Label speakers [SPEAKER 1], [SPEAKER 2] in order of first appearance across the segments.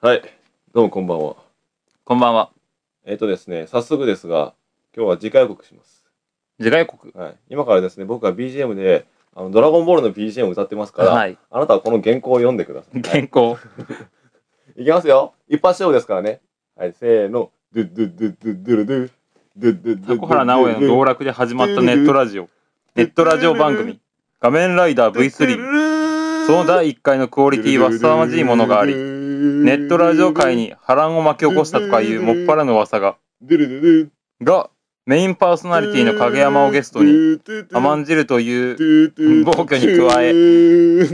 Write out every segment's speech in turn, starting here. [SPEAKER 1] はい。どうもこんばんは。
[SPEAKER 2] こんばんは。
[SPEAKER 1] えっ、とですね、早速ですが、今日は次回予告します。
[SPEAKER 2] 次回国。
[SPEAKER 1] はい。今からですね、僕が BGM で、あの、ドラゴンボールの BGM を歌ってますから、
[SPEAKER 2] はい。
[SPEAKER 1] あなたはこの原稿を読んでください。はい、
[SPEAKER 2] 原稿。
[SPEAKER 1] いきますよ。一発勝負ですからね。はい、せーの。ドゥドゥドゥドゥドゥルドゥ。ドゥドゥドゥドゥドゥドゥ
[SPEAKER 2] 箱原直哉の道楽で始まったネットラジオ。ネットラジオ番組。画面ライダー V3。
[SPEAKER 1] V3
[SPEAKER 2] その第1回のクオリティは凄まじいものがあり、ネットラジオ界に波乱を巻き起こしたとかいうもっぱらの噂が、
[SPEAKER 1] ドゥルドゥドゥ
[SPEAKER 2] が、メインパーソナリティの影山をゲストに、甘んじるという、暴挙に加え
[SPEAKER 1] え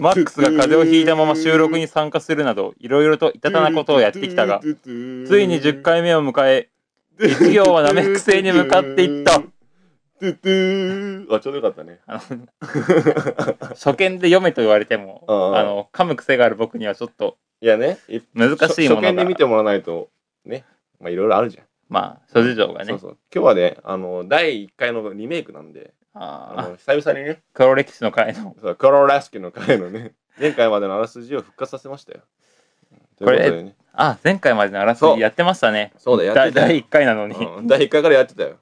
[SPEAKER 2] マックスが風邪をひいたまま収録に参加するなど、いろいろといたたなことをやってきたが、つ
[SPEAKER 1] つ
[SPEAKER 2] いに10回目を迎え、一行はナメック星に向かっていった。
[SPEAKER 1] あちょうどよかったね
[SPEAKER 2] あの 初見で読めと言われても、
[SPEAKER 1] うんうん
[SPEAKER 2] あの噛む癖がある僕にはちょっと
[SPEAKER 1] いやねい
[SPEAKER 2] 難しい
[SPEAKER 1] 初
[SPEAKER 2] も
[SPEAKER 1] 初見
[SPEAKER 2] の
[SPEAKER 1] で
[SPEAKER 2] が
[SPEAKER 1] 見、てもらわないとねまあいろいろあるじゃん
[SPEAKER 2] まあ諸事情が
[SPEAKER 1] そ
[SPEAKER 2] ね
[SPEAKER 1] う、そう今日はねあの第1回のリメイクなんであ
[SPEAKER 2] ああ
[SPEAKER 1] の久々にね
[SPEAKER 2] 黒歴史の回の、
[SPEAKER 1] そうクロラスキの回の ね前回までのあらすじを復活させましたよと
[SPEAKER 2] こ
[SPEAKER 1] いう
[SPEAKER 2] れ
[SPEAKER 1] ことでね
[SPEAKER 2] あ前回までのあらす
[SPEAKER 1] そう
[SPEAKER 2] じやってましたね。
[SPEAKER 1] そうだやっ
[SPEAKER 2] だ
[SPEAKER 1] てた
[SPEAKER 2] 第
[SPEAKER 1] よ
[SPEAKER 2] 1回なのに、
[SPEAKER 1] うん第1回からやってたよ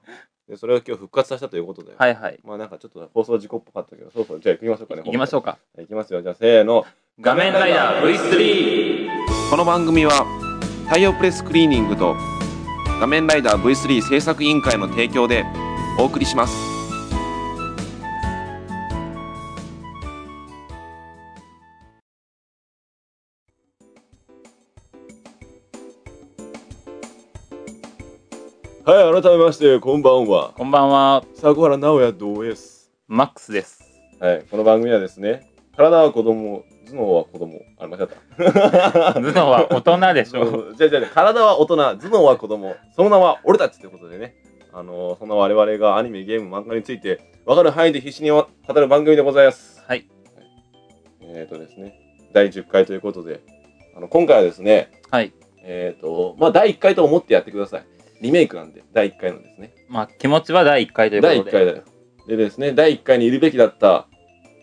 [SPEAKER 1] でそれを今日復活させたということで
[SPEAKER 2] はいはい、
[SPEAKER 1] まあなんかちょっと放送事故っぽかったけど、そうそう、じゃあ行きましょうかね。
[SPEAKER 2] 行きましょ
[SPEAKER 1] う。
[SPEAKER 2] うか。
[SPEAKER 1] 行きますよ。じゃあせーの。
[SPEAKER 2] 画面ライダー V3!
[SPEAKER 1] この番組は、太陽プレスクリーニングと、画面ライダー V3 制作委員会の提供でお送りします。はい、改めまして、こんばんは。
[SPEAKER 2] こんばんは、
[SPEAKER 1] 佐原直哉どうです。
[SPEAKER 2] マック スです。
[SPEAKER 1] はい、この番組はですね、体は子供、頭脳は子供、あれ間違った。
[SPEAKER 2] 頭脳は大人でしょ。
[SPEAKER 1] じゃあじゃあ体は大人、頭脳は子供、その名は俺たちってことでね、あのーそんな我々がアニメ、ゲーム、漫画について分かる範囲で必死に語る番組でございます。
[SPEAKER 2] はい、
[SPEAKER 1] えっ、とですね、第10回ということで、あの今回はですね、
[SPEAKER 2] はい。
[SPEAKER 1] えっ、と、まあ第1回と思ってやってください。リメイクなんで、第1回のですね。
[SPEAKER 2] まあ気持ちは第1回ということ
[SPEAKER 1] 第
[SPEAKER 2] で。
[SPEAKER 1] 1回だよでですね第1回にいるべきだった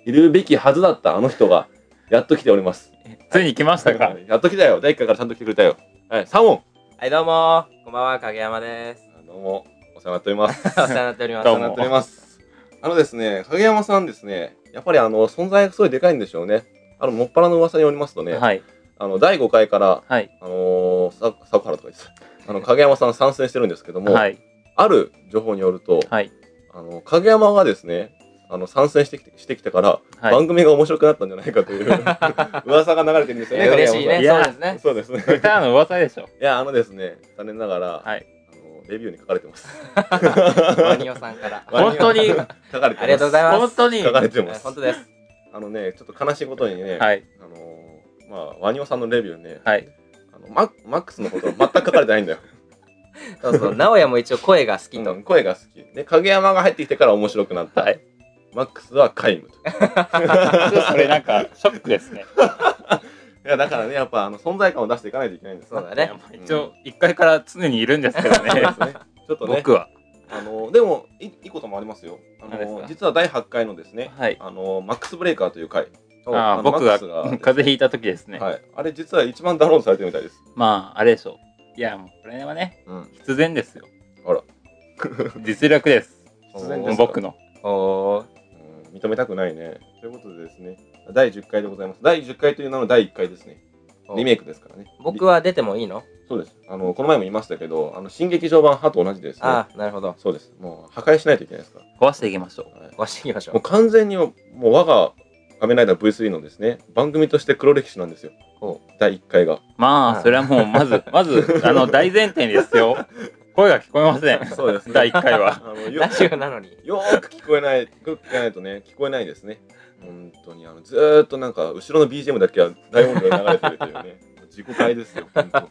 [SPEAKER 1] いるべきはずだったあの人がやっと来ております
[SPEAKER 2] ついに来ましたか。
[SPEAKER 1] やっと来たよ第1回からちゃんと来てくれたよはい3問
[SPEAKER 3] はい、どうもこんばんは、影 山です。
[SPEAKER 1] どうもお世話になっております
[SPEAKER 3] お世話になっております。
[SPEAKER 2] ど
[SPEAKER 1] お世話
[SPEAKER 2] う
[SPEAKER 1] になっ
[SPEAKER 2] も
[SPEAKER 1] ておりますあのですね影山さんですねやっぱりあの存在がすごいでかいんでしょうねあのもっぱらの噂によりますとね、
[SPEAKER 2] はい。
[SPEAKER 1] あの第5回から
[SPEAKER 2] はい。
[SPEAKER 1] あのー、さ佐原とか言ってたあの影山さん参戦してるんですけども、
[SPEAKER 2] はい。
[SPEAKER 1] ある情報によると、
[SPEAKER 2] はい。
[SPEAKER 1] あの影山がですねあの参戦してきてしてきてから
[SPEAKER 2] はい
[SPEAKER 1] 番。組が面白くなったんじゃないか という噂が流れてるんです
[SPEAKER 3] い
[SPEAKER 1] よね。
[SPEAKER 3] や嬉しい
[SPEAKER 2] い
[SPEAKER 3] ね、そ
[SPEAKER 2] や
[SPEAKER 3] うです ね。
[SPEAKER 1] そうですね。
[SPEAKER 2] それからの噂でしょ。
[SPEAKER 1] いや、あのですね、残念ながら、
[SPEAKER 2] はい
[SPEAKER 1] あのレビューに書かれて ます。
[SPEAKER 3] ワニオさんから。
[SPEAKER 1] ワニオ
[SPEAKER 2] 本 当に、
[SPEAKER 1] 書かれてます。
[SPEAKER 3] ありがとうございます
[SPEAKER 2] 本当に。
[SPEAKER 1] 書かれて
[SPEAKER 3] は
[SPEAKER 1] ま
[SPEAKER 3] い
[SPEAKER 1] す。
[SPEAKER 3] 本当です。
[SPEAKER 1] あのね、ちょっと悲しいことにね、
[SPEAKER 2] はい。
[SPEAKER 1] あのーまあ、ワニオさんのレビューね、
[SPEAKER 2] はい。
[SPEAKER 1] あのママックスのことは全く書かれてないんだよ。
[SPEAKER 3] そうそう、直哉も一応声が好き
[SPEAKER 1] う
[SPEAKER 3] と。
[SPEAKER 1] ん声が好き。で、影山が入ってきてから面白くなった。
[SPEAKER 2] はい。
[SPEAKER 1] マックスは皆 無と。
[SPEAKER 2] それなんか、ショックですね。
[SPEAKER 1] いや、だからね、やっぱあの存在感を出していかないといけないんです
[SPEAKER 3] そうだね。
[SPEAKER 2] 一応、一回から常にいるんですけど ね。
[SPEAKER 1] そうですねちょっとね、
[SPEAKER 2] 僕は。
[SPEAKER 1] あのでもいいいこともありますよ。あ
[SPEAKER 2] 何です
[SPEAKER 1] の
[SPEAKER 2] か
[SPEAKER 1] 実は第8回のですね、
[SPEAKER 2] はい。
[SPEAKER 1] あのマックスブレイカーという回、
[SPEAKER 2] ああ、
[SPEAKER 1] のマ
[SPEAKER 2] 僕
[SPEAKER 1] ック
[SPEAKER 2] が
[SPEAKER 1] ス
[SPEAKER 2] 風邪ひいた時ですね。
[SPEAKER 1] はい、あれ実は一番ダウンロードされてるみたいです。
[SPEAKER 2] まあ、あれでしょう。いや、もうこれはね、
[SPEAKER 1] うん、
[SPEAKER 2] 必然ですよ。
[SPEAKER 1] あら。
[SPEAKER 2] 実力です。
[SPEAKER 1] 必然ですか
[SPEAKER 2] 僕の。
[SPEAKER 3] おー。
[SPEAKER 1] うん認めたくないね。ということでですね、第10回でございます。第10回という名の第1回ですね。リメイクですからね。
[SPEAKER 3] 僕は出てもいいの
[SPEAKER 1] そうです。あのこの前も言いましたけど、あの新劇場版歯と同じです、ね。
[SPEAKER 3] ああ、なるほど。
[SPEAKER 1] そうです。もう破壊しないといけないですか
[SPEAKER 2] 壊していきましょう。
[SPEAKER 1] ら。はい、
[SPEAKER 3] 壊していきましょ
[SPEAKER 1] もう
[SPEAKER 3] う。
[SPEAKER 1] 完全にもう我が仮面ライダー V3 のですね、番組として黒歴史なんですよ。第1回が。
[SPEAKER 2] まあ、それはもう、ま ず、まず、あの、大前提ですよ。声が聞こえません。
[SPEAKER 1] そうですね
[SPEAKER 2] 第1回は。
[SPEAKER 1] あのよ
[SPEAKER 3] ラジオ なのに。
[SPEAKER 1] よーく聞こえない、よく聞かないとね、聞こえないですね。本当に、あの、ずーっとなんか、後ろの BGM だけは大音量で流れてるというね、自己解ですよ、本当。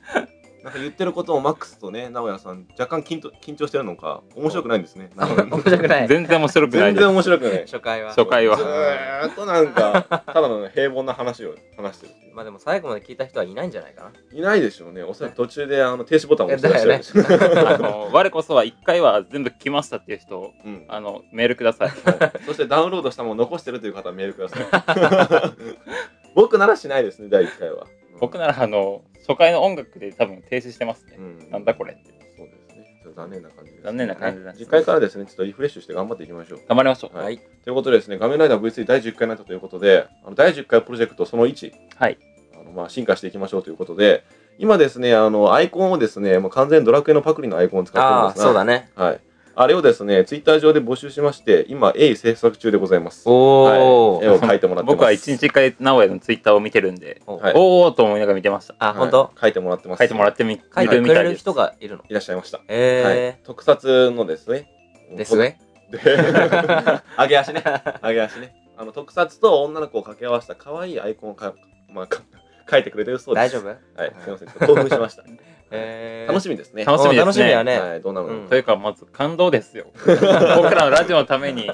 [SPEAKER 1] なんか言ってることもマックスとね、直哉さん、若干緊張緊張してるのか、面白くないんですね。なんか
[SPEAKER 3] 面白くない。
[SPEAKER 2] 全然面白くない
[SPEAKER 1] 全
[SPEAKER 2] です
[SPEAKER 1] 然。面白くない。
[SPEAKER 3] 初回は。
[SPEAKER 2] 初回は
[SPEAKER 1] ずーっとなんか、ただの平凡な話を話してる。
[SPEAKER 3] まあでも最後まで聞いた人はいないんじゃないか
[SPEAKER 1] いないでしょうね。おそらく途中であの停止ボタンを押してらっしゃるでしょう。
[SPEAKER 2] あの、我こそは1回は全部聞きましたっていう人、
[SPEAKER 1] うん
[SPEAKER 2] あの、メールくだ さい。
[SPEAKER 1] そしてダウンロードしたものを残してるという方はメールください。僕ならしないですね、第1回は。う
[SPEAKER 2] 僕ならあの初回の音楽で多分停止してますね、
[SPEAKER 1] うん
[SPEAKER 2] なんだこれって
[SPEAKER 1] そうですね。ちょっと残念な感じです、
[SPEAKER 2] 残念な感じなんです
[SPEAKER 1] 次回からですね、ちょっとリフレッシュして頑張っていきましょう。
[SPEAKER 2] 頑張りましょう
[SPEAKER 1] は
[SPEAKER 3] はいい。
[SPEAKER 1] ということでですね、画面ライダー V3 第10回になったということで、あの第10回プロジェクトその1、
[SPEAKER 2] はい
[SPEAKER 1] あのまあ進化していきましょうということで、今ですね、あのアイコンをですね、もう完全にドラクエのパクリのアイコンを使ってるん
[SPEAKER 3] あ
[SPEAKER 1] で
[SPEAKER 3] あ、
[SPEAKER 1] すが、
[SPEAKER 3] そうだね。
[SPEAKER 1] はい。あれをですね、ツイッター上で募集しまして、今、鋭意制作中でございます。
[SPEAKER 3] お
[SPEAKER 1] はい、絵を
[SPEAKER 3] ー。
[SPEAKER 1] 描いてもらってます。
[SPEAKER 2] 僕は一日一回直哉のツイッターを見てるんで、
[SPEAKER 3] お
[SPEAKER 1] はい
[SPEAKER 2] おーおーと思いながら見てました
[SPEAKER 3] あ、本当
[SPEAKER 1] はい描いてもらってます。
[SPEAKER 2] 書いてもらってみ
[SPEAKER 3] 書い
[SPEAKER 2] 見
[SPEAKER 3] て
[SPEAKER 2] るみ
[SPEAKER 3] く
[SPEAKER 2] た
[SPEAKER 3] れ
[SPEAKER 2] い
[SPEAKER 3] る
[SPEAKER 2] です
[SPEAKER 3] 人がいるの。
[SPEAKER 1] いらっしゃいました。は
[SPEAKER 3] え
[SPEAKER 1] い、特撮のですね。
[SPEAKER 3] ー。ですね。
[SPEAKER 1] で 揚げ足ね。揚げ足ね。あの特撮と女の子を掛け合わせた可愛いアイコンをか、まあ、か描いてくれてるそうで
[SPEAKER 3] 大
[SPEAKER 1] す。
[SPEAKER 3] 丈夫
[SPEAKER 1] 夫はい、すみません。ちょっと興奮しました。
[SPEAKER 3] えー。
[SPEAKER 1] 楽しみですね。
[SPEAKER 2] 楽しみですね
[SPEAKER 3] お楽しみだよね。
[SPEAKER 1] はい、どうなるの
[SPEAKER 3] うん
[SPEAKER 1] か
[SPEAKER 2] というかまず感動ですよ 僕らのラジオのために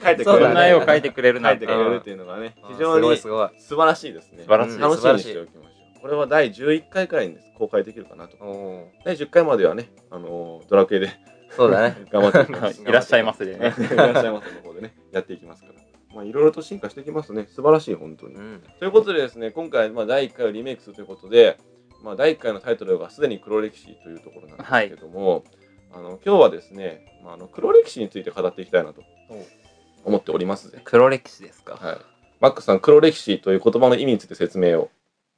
[SPEAKER 1] 描いてく
[SPEAKER 2] こ
[SPEAKER 1] れ
[SPEAKER 2] ん
[SPEAKER 1] る、
[SPEAKER 2] な
[SPEAKER 1] ね
[SPEAKER 2] 絵を描いてくれるな
[SPEAKER 1] 描
[SPEAKER 2] ん
[SPEAKER 1] い
[SPEAKER 2] て
[SPEAKER 1] て
[SPEAKER 2] う
[SPEAKER 1] く
[SPEAKER 2] ん
[SPEAKER 1] れ
[SPEAKER 2] は
[SPEAKER 1] るというのがね、非
[SPEAKER 3] す
[SPEAKER 1] 常
[SPEAKER 3] ごい
[SPEAKER 1] に
[SPEAKER 3] すごい。
[SPEAKER 1] 素晴らしいですね。
[SPEAKER 2] 素晴らしい
[SPEAKER 1] うん楽しみにしておきましょう。これは第11回くらいにです公開できるかなと。
[SPEAKER 3] おお
[SPEAKER 1] 第10回まではね、あのードラクエで
[SPEAKER 3] ー。そう だね。
[SPEAKER 1] 頑張っていきます
[SPEAKER 2] いらっしゃいますで
[SPEAKER 1] ね
[SPEAKER 2] ね
[SPEAKER 1] いらっしゃいますの方でね、やっていきますから。まあ、いろいろと進化していきますね。素晴らしい、本当に
[SPEAKER 3] う。ん。
[SPEAKER 1] ということでですね、今回、まあ、第1回をリメイクするということで、まあ、第1回のタイトルがすでに黒歴史というところなんですけども、あの今日はですね、まあ、あの黒歴史について語っていきたいなと思っておりますぜ。
[SPEAKER 2] 黒歴史ですか
[SPEAKER 1] はい、マックスさん、黒歴史という言葉の意味について説明を。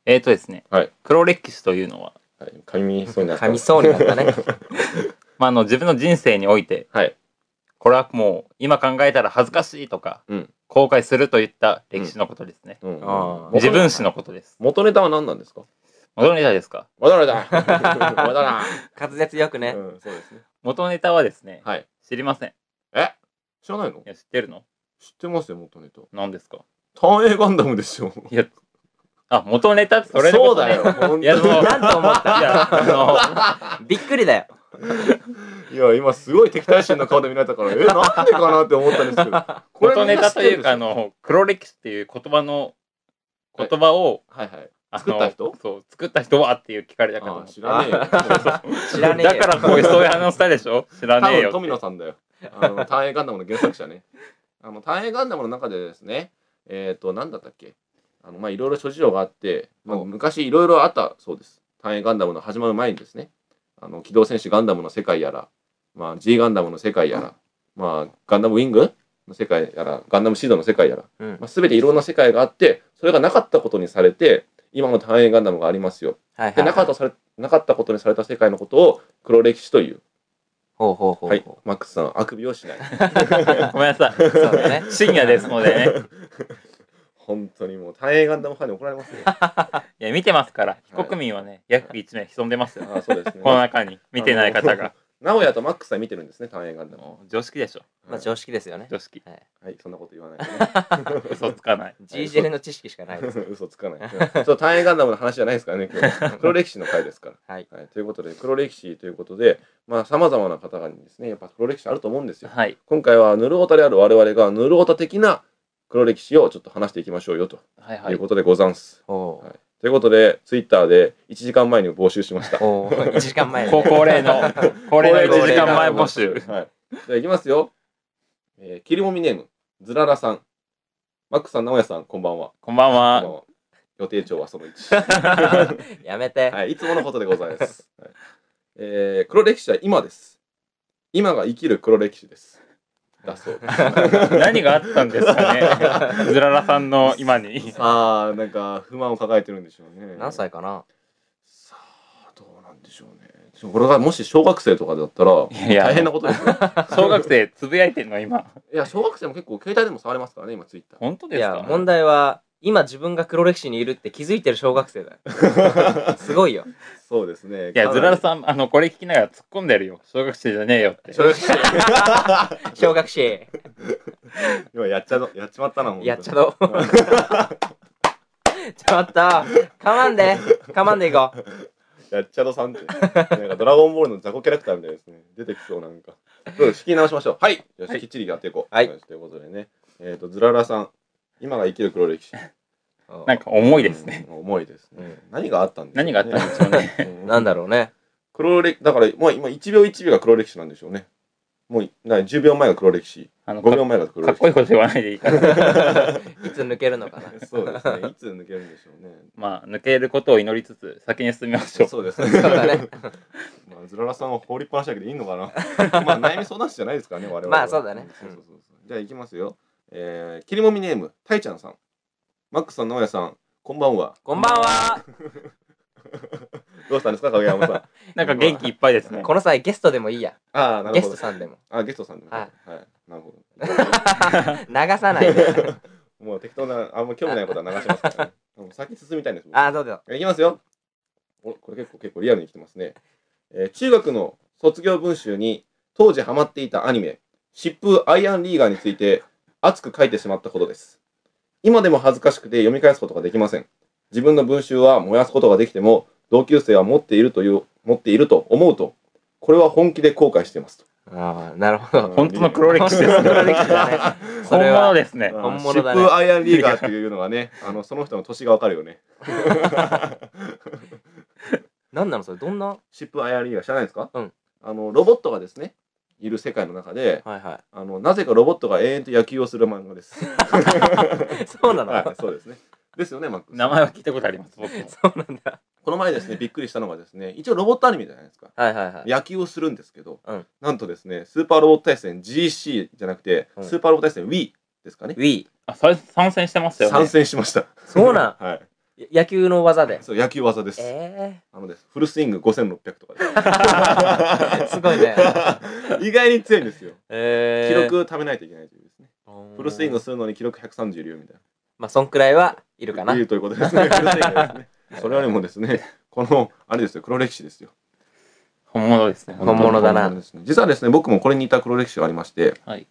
[SPEAKER 2] えーとですね、
[SPEAKER 1] はい
[SPEAKER 2] 黒歴史というのは、
[SPEAKER 1] はい、噛みそうになった。
[SPEAKER 3] 噛みそうになったね。
[SPEAKER 2] まあ、あの自分の人生において
[SPEAKER 1] はい。
[SPEAKER 2] これはもう今考えたら恥ずかしいとか、
[SPEAKER 1] うん
[SPEAKER 2] 後悔するといった歴史のことですね、
[SPEAKER 1] うん
[SPEAKER 3] あー
[SPEAKER 1] 元ネ
[SPEAKER 2] 自分史のことです
[SPEAKER 1] 元ネタは何なんですか
[SPEAKER 2] 元ネタですか
[SPEAKER 1] わ ざわざわざわ
[SPEAKER 3] 滑舌よく
[SPEAKER 1] ざ
[SPEAKER 3] ね
[SPEAKER 1] う。ん、そうですね。
[SPEAKER 2] 元ネタはですね、
[SPEAKER 1] はい。
[SPEAKER 2] 知りませんい
[SPEAKER 1] え知らないの
[SPEAKER 2] や知ってるの
[SPEAKER 1] 知ってますよ、元ネタ。
[SPEAKER 2] 何ですか
[SPEAKER 1] 単影ガンダムでしょ。
[SPEAKER 2] いやあ元ネタってそれの
[SPEAKER 1] そ
[SPEAKER 2] こ
[SPEAKER 1] う
[SPEAKER 2] と
[SPEAKER 1] だ
[SPEAKER 2] ね
[SPEAKER 1] よ。本当に
[SPEAKER 2] いやでも
[SPEAKER 3] なんと思っ
[SPEAKER 2] い
[SPEAKER 3] た
[SPEAKER 2] やあ
[SPEAKER 3] びっくりだよ。
[SPEAKER 1] いや今すごい敵対心の顔で見られたからえなんでかなって思ったんですけど こ
[SPEAKER 2] の
[SPEAKER 1] れ
[SPEAKER 2] 元ネタというかあ
[SPEAKER 1] みんな
[SPEAKER 2] の黒歴史っていう言葉の言葉を、
[SPEAKER 1] 知ってるでしょはいはい
[SPEAKER 2] あの
[SPEAKER 1] 作った人
[SPEAKER 2] そう作った人はっていう聞かれたから
[SPEAKER 1] あ知らねえよ
[SPEAKER 3] 知らねえよ
[SPEAKER 2] だからこういうそういう話したでしょ知ら
[SPEAKER 1] 多
[SPEAKER 2] ねえ
[SPEAKER 1] 分
[SPEAKER 2] よって
[SPEAKER 1] 富野さんだよあの単影ガンダムの原作者ねあの単影ガンダムの中でですねえっ、となんだったっけあのまあいろいろ諸事情があって、まあ、
[SPEAKER 3] お
[SPEAKER 1] 昔いろいろあったそうです単影ガンダムの始まる前にですねあの機動戦士ガンダムの世界やら、まあ、G ガンダムの世界やら、まあ、ガンダムウィングの世界やらガンダムシードの世界やら
[SPEAKER 3] うん
[SPEAKER 1] まあ、。全ていろんな世界があってそれがなかったことにされて今の単影ガンダムがありますよ
[SPEAKER 3] はいは
[SPEAKER 1] で
[SPEAKER 3] い。
[SPEAKER 1] なかったされなかったことにされた世界のことを黒歴史という
[SPEAKER 3] ほうほうほうほう。
[SPEAKER 1] はいマックスさんあくびをしない
[SPEAKER 2] ごめんなさい
[SPEAKER 3] そうだね。
[SPEAKER 2] 深夜ですのでね
[SPEAKER 1] 本当にもう単影ガンダムファンに怒られますねあ
[SPEAKER 2] いや見てますから非国民はね、約1名潜んでますよ
[SPEAKER 1] ーそうですね
[SPEAKER 2] この中 に見てない方が
[SPEAKER 1] 直哉とマックスさん見てるんですね単影ガンダム
[SPEAKER 2] もう常識でしょ
[SPEAKER 3] まあ常識ですよね。
[SPEAKER 2] 常識
[SPEAKER 3] はい
[SPEAKER 1] はいそんなこと言わないで
[SPEAKER 2] 嘘つかない
[SPEAKER 3] GGL の知識しかないです。
[SPEAKER 1] ね 嘘つかないちょっと単影ガンダムの話じゃないですからね今日黒歴史の回ですから
[SPEAKER 3] はい。
[SPEAKER 1] はい、ということで黒歴史ということでまあさまざまな方がですねやっぱ黒歴史あると思うんですよ
[SPEAKER 2] はい
[SPEAKER 1] 今回はヌルオタである我々がヌルオタ的な黒歴史をちょっと話していきましょうよと
[SPEAKER 2] はい
[SPEAKER 1] い
[SPEAKER 2] は
[SPEAKER 1] う
[SPEAKER 2] い
[SPEAKER 1] ことでござんす。
[SPEAKER 3] おー
[SPEAKER 1] はいということでツイッターで1時間前に募集しました。
[SPEAKER 3] おー。1時間前に
[SPEAKER 2] 高
[SPEAKER 3] ね。
[SPEAKER 2] 校例の恒例の1時間前募
[SPEAKER 1] は
[SPEAKER 2] 集
[SPEAKER 1] い。じゃあいきますよ。えー、切りもみネームズララさん、マックさん、直哉さん、こんばんは。
[SPEAKER 2] こんばん
[SPEAKER 1] こんばん
[SPEAKER 2] は
[SPEAKER 1] は予定帳はその1。
[SPEAKER 3] やめて。
[SPEAKER 1] はい、いつものことでございます。はいえー黒歴史は今です。今が生きる黒歴史です。だそうです。
[SPEAKER 2] 何があったんですか ねずららさんの今に
[SPEAKER 1] さあなんか不満を抱えてるんでしょうね
[SPEAKER 3] 何歳かな
[SPEAKER 1] さあどうなんでしょうねちょこれがもし小学生とかだったら
[SPEAKER 2] いや
[SPEAKER 1] 大変なことですよ
[SPEAKER 2] 小学生つぶやいてんの今
[SPEAKER 1] いや小学生も結構携帯でも触れますからね今ツイッタ
[SPEAKER 2] 本当
[SPEAKER 3] い
[SPEAKER 2] です
[SPEAKER 3] や、
[SPEAKER 2] か
[SPEAKER 3] 問題は、今自分が黒歴史にいるって気づいてる小学生だよ。
[SPEAKER 1] ー
[SPEAKER 3] すごいよ。
[SPEAKER 1] そうですね
[SPEAKER 2] いや、ずらら
[SPEAKER 1] ん
[SPEAKER 2] さん、あの、これ聞きながら突っ込んでやるよ。小学生じゃねえよって。
[SPEAKER 1] 小学生
[SPEAKER 3] 小学生、
[SPEAKER 1] 今やっちゃどやっちまったなもん
[SPEAKER 3] やっちゃど。ちょっと、かまんで、かまんでいこう。
[SPEAKER 1] やっちゃどさんってなんかドラゴンボールの雑魚キャラクターみたいですね出てきそうなんかうん仕切り直しましょうはいよし、
[SPEAKER 2] はい
[SPEAKER 1] きっちりやっていこう
[SPEAKER 3] はい
[SPEAKER 1] ということでねえっ、とずららさん今が生きる黒歴史
[SPEAKER 2] なんか重いですね。
[SPEAKER 1] うん重いですね何があったんです
[SPEAKER 2] 何があったんでしょうね。
[SPEAKER 1] ね
[SPEAKER 3] なんだろうね。
[SPEAKER 1] 黒歴だから、まあ、今1秒1秒が黒歴史なんでしょうねもうな10秒前が黒歴史
[SPEAKER 2] あの
[SPEAKER 1] 5秒
[SPEAKER 2] か
[SPEAKER 1] 前が黒
[SPEAKER 2] かっ
[SPEAKER 1] 歴
[SPEAKER 2] こい
[SPEAKER 1] 史
[SPEAKER 2] いこと言わないでいいから
[SPEAKER 3] いつ抜けるのかな
[SPEAKER 1] そうですねいつ抜けるんでしょうね
[SPEAKER 2] まあ抜けることを祈りつつ先に進みましょう
[SPEAKER 1] そうですね
[SPEAKER 3] そうだね
[SPEAKER 1] まあ、ズララさんは放りっぱなし だけどいいのかなまあ悩み相談室じゃないですからね我々は
[SPEAKER 3] まあそうだね
[SPEAKER 1] んそうそうそうそうじゃあ行きますよえー、切りもみネームたいちゃんさんマックスさん直哉さんこんばんは
[SPEAKER 3] こんばんは
[SPEAKER 1] どうしたんですか影山さん あ
[SPEAKER 2] なんか元気いっぱいですね
[SPEAKER 3] この際ゲストでもいいや
[SPEAKER 1] あなる
[SPEAKER 3] ゲ
[SPEAKER 1] ほ
[SPEAKER 3] ス
[SPEAKER 1] ど
[SPEAKER 3] トさんでも
[SPEAKER 1] あゲストさんでも、
[SPEAKER 3] はい
[SPEAKER 1] なるほ
[SPEAKER 3] 流さないで
[SPEAKER 1] どもう適当なあんま興味ないことは流します からねもう先進みたいんです僕
[SPEAKER 3] あどうぞ
[SPEAKER 1] いきますよ。おこれ結構結構リアルに来てますね。えー中学の卒業文集に当時ハマっていたアニメ「疾風アイアンリーガー」について熱く書いてしまったことです。今でも恥ずかしくて読み返すことができません。自分の文集は燃やすことができても同級生は持っているという持っていると思うとこれは本気で後悔していますと。
[SPEAKER 3] ああなるほど
[SPEAKER 2] 本当の黒歴史です
[SPEAKER 3] 本当の黒
[SPEAKER 2] ね
[SPEAKER 3] 歴史だねそ
[SPEAKER 2] 本
[SPEAKER 3] れは
[SPEAKER 2] 物ですね
[SPEAKER 3] 本物だね
[SPEAKER 1] 疾風アイアンリーガーっていうのは ね、あのその人の年がわかるよね。
[SPEAKER 3] 何なのそれどんなは
[SPEAKER 1] シップ IRE が知らないですか、
[SPEAKER 3] うん
[SPEAKER 1] あのロボットがですねいる世界の中で
[SPEAKER 3] いは
[SPEAKER 1] あのなぜかロボットが永遠と野球をする漫画です。
[SPEAKER 3] い そうなの、
[SPEAKER 1] はい、そうですね。ですよね、マックス。
[SPEAKER 2] 名前は聞いたことあります僕も
[SPEAKER 3] そうなんだ
[SPEAKER 1] この前ですね、びっくりしたのがですね、一応ロボットアニメじゃないですか。
[SPEAKER 3] はいはいはい
[SPEAKER 1] 野球をするんですけど、
[SPEAKER 3] うん
[SPEAKER 1] なんとですね、スーパーロボット対戦 GC じゃなくて、
[SPEAKER 3] うん
[SPEAKER 1] スーパーロボット対戦 Wii ですかね。
[SPEAKER 3] Wii
[SPEAKER 2] あさ参戦してましたよ
[SPEAKER 1] 参
[SPEAKER 2] ね
[SPEAKER 1] 戦しました。
[SPEAKER 3] そうな ん
[SPEAKER 1] はい。
[SPEAKER 3] や野球の技で
[SPEAKER 1] そう、野球技です。
[SPEAKER 3] え
[SPEAKER 1] あのです、フルスイング5600とかです。
[SPEAKER 3] えすごいね
[SPEAKER 1] 意外に強いんですよ。
[SPEAKER 3] え
[SPEAKER 1] 記
[SPEAKER 3] え
[SPEAKER 1] 録貯めないといけないというですね。フルスイングするのに記録130両みたいな。
[SPEAKER 3] まあそんくらいはいるかない
[SPEAKER 1] いということ ですね。フルスイングですねそれよりもですね、この、あれですよ、黒歴史ですよ。
[SPEAKER 2] 本物ですね
[SPEAKER 3] 本物だな
[SPEAKER 1] 本ですね実はですね、僕もこれに似た黒歴史がありまして、
[SPEAKER 2] はい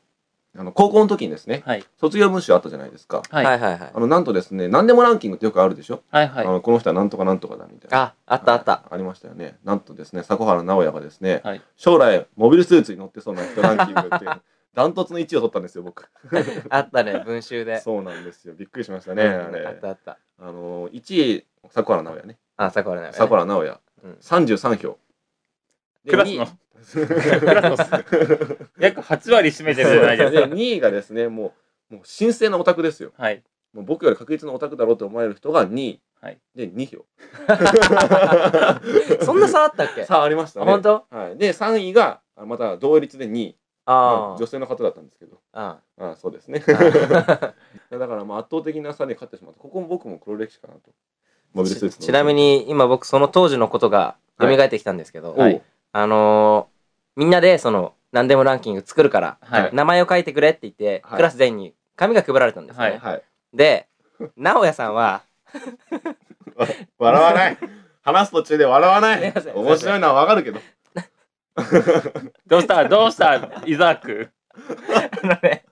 [SPEAKER 1] あの高校の時にですね、
[SPEAKER 2] はい
[SPEAKER 1] 卒業文集あったじゃないですか。
[SPEAKER 2] はい
[SPEAKER 3] はいはいはい
[SPEAKER 1] あの、なんとですね、何でもランキングってよくあるでしょ、
[SPEAKER 2] はいはい
[SPEAKER 1] あのこの人はなんとかなんとかだみたいな。
[SPEAKER 3] ああったあった
[SPEAKER 1] ありましたよね。なんとですね、迫原直哉がですね、
[SPEAKER 2] はい
[SPEAKER 1] 将来モビルスーツに乗ってそうな人ランキングっていう ダントツの1位を取ったんですよ、僕。
[SPEAKER 3] あったね文集で
[SPEAKER 1] そうなんですよ。びっくりしましたね、あ
[SPEAKER 3] あ
[SPEAKER 1] れ
[SPEAKER 3] っ。たあった
[SPEAKER 1] あの、1位、迫原直哉ね。
[SPEAKER 3] あさこらね
[SPEAKER 1] 迫原直哉。
[SPEAKER 3] うん
[SPEAKER 1] 33票。で
[SPEAKER 2] クラス のクラスの約8割占めてるじゃないです
[SPEAKER 1] で
[SPEAKER 2] か
[SPEAKER 1] 2位がですねもうもう神聖なオタクですよ
[SPEAKER 2] はい
[SPEAKER 1] もう僕より確実なオタクだろうと思われる人が2位、
[SPEAKER 2] はい
[SPEAKER 1] で2票
[SPEAKER 3] そんな差あったっ け
[SPEAKER 1] 差ありましたね
[SPEAKER 3] 本当
[SPEAKER 1] はい、で3位があまた同率で2位ま
[SPEAKER 3] あ
[SPEAKER 1] あ女性の方だったんですけど
[SPEAKER 3] あ
[SPEAKER 1] あそうですね
[SPEAKER 3] あ
[SPEAKER 1] だからまあ圧倒的な差で勝ってしまったここも僕も黒歴史かなとモビルスーツの
[SPEAKER 3] ちなみに今僕その当時のことが蘇ってきたんですけど、
[SPEAKER 1] おう
[SPEAKER 2] はい
[SPEAKER 3] あのーみんなでその何でもランキング作るから
[SPEAKER 2] はい
[SPEAKER 3] 名前を書いてくれって言って、
[SPEAKER 1] はい
[SPEAKER 3] クラス全員に紙が配られたんですね、
[SPEAKER 2] はい
[SPEAKER 1] はい、
[SPEAKER 3] で直哉さんは
[SPEAKER 1] 笑わない話す途中で笑わな
[SPEAKER 3] すい
[SPEAKER 1] い
[SPEAKER 3] ません
[SPEAKER 1] 面白いのはわかるけど
[SPEAKER 2] どうしたどうしたイザーク。
[SPEAKER 3] あのね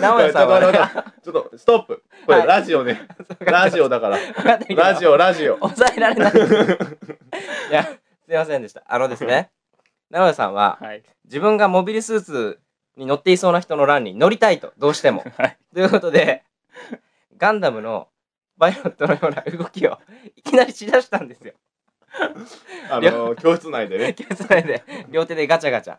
[SPEAKER 3] 直哉さんは
[SPEAKER 1] ちょっと
[SPEAKER 3] ね
[SPEAKER 1] 待ってちょっとストップこれ
[SPEAKER 3] はい
[SPEAKER 1] ラジオね、 ラジオだからラ
[SPEAKER 3] ラ
[SPEAKER 1] ジオラジオ
[SPEAKER 3] 抑えられない いやすいませんでしたあのですね直哉さんは
[SPEAKER 2] はい。
[SPEAKER 3] 自分がモビルスーツに乗っていそうな人の欄に乗りたいとどうして も
[SPEAKER 2] はい。
[SPEAKER 3] ということで、ガンダムのパイロットのような動きをいきなりしだしたんですよ。
[SPEAKER 1] あの教室内でね
[SPEAKER 3] ケツ内で両手でガチャガチャ。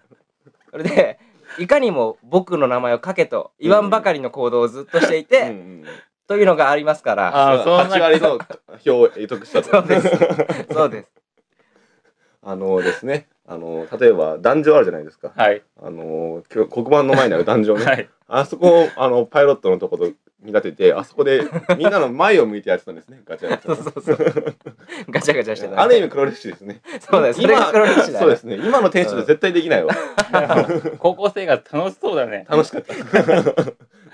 [SPEAKER 3] それで、いかにも僕の名前を書けと言わんばかりの行動をずっとしていて、
[SPEAKER 1] うんうん
[SPEAKER 3] というのがありますから、
[SPEAKER 2] あーそんな
[SPEAKER 1] 8割の票を得得したと
[SPEAKER 3] そうです。そ うです。
[SPEAKER 1] あのですねあの例えば壇上あるじゃないですか
[SPEAKER 2] はい。
[SPEAKER 1] あの今日黒板の前にある壇上ね、
[SPEAKER 2] はい。
[SPEAKER 1] あそこをあのパイロットのとこと見立ててあそこでみんなの前を向いてやってたんですねガチャガチ
[SPEAKER 3] そうそうそう。ガチャガチャして
[SPEAKER 1] ャ
[SPEAKER 3] た。
[SPEAKER 1] ある意味黒歴史ですね
[SPEAKER 3] そうだよ。それが黒歴史だ、ね。
[SPEAKER 1] そうですね今のテンションで絶対できないわ、
[SPEAKER 2] 高校生が楽しそうだね。
[SPEAKER 1] 楽しかった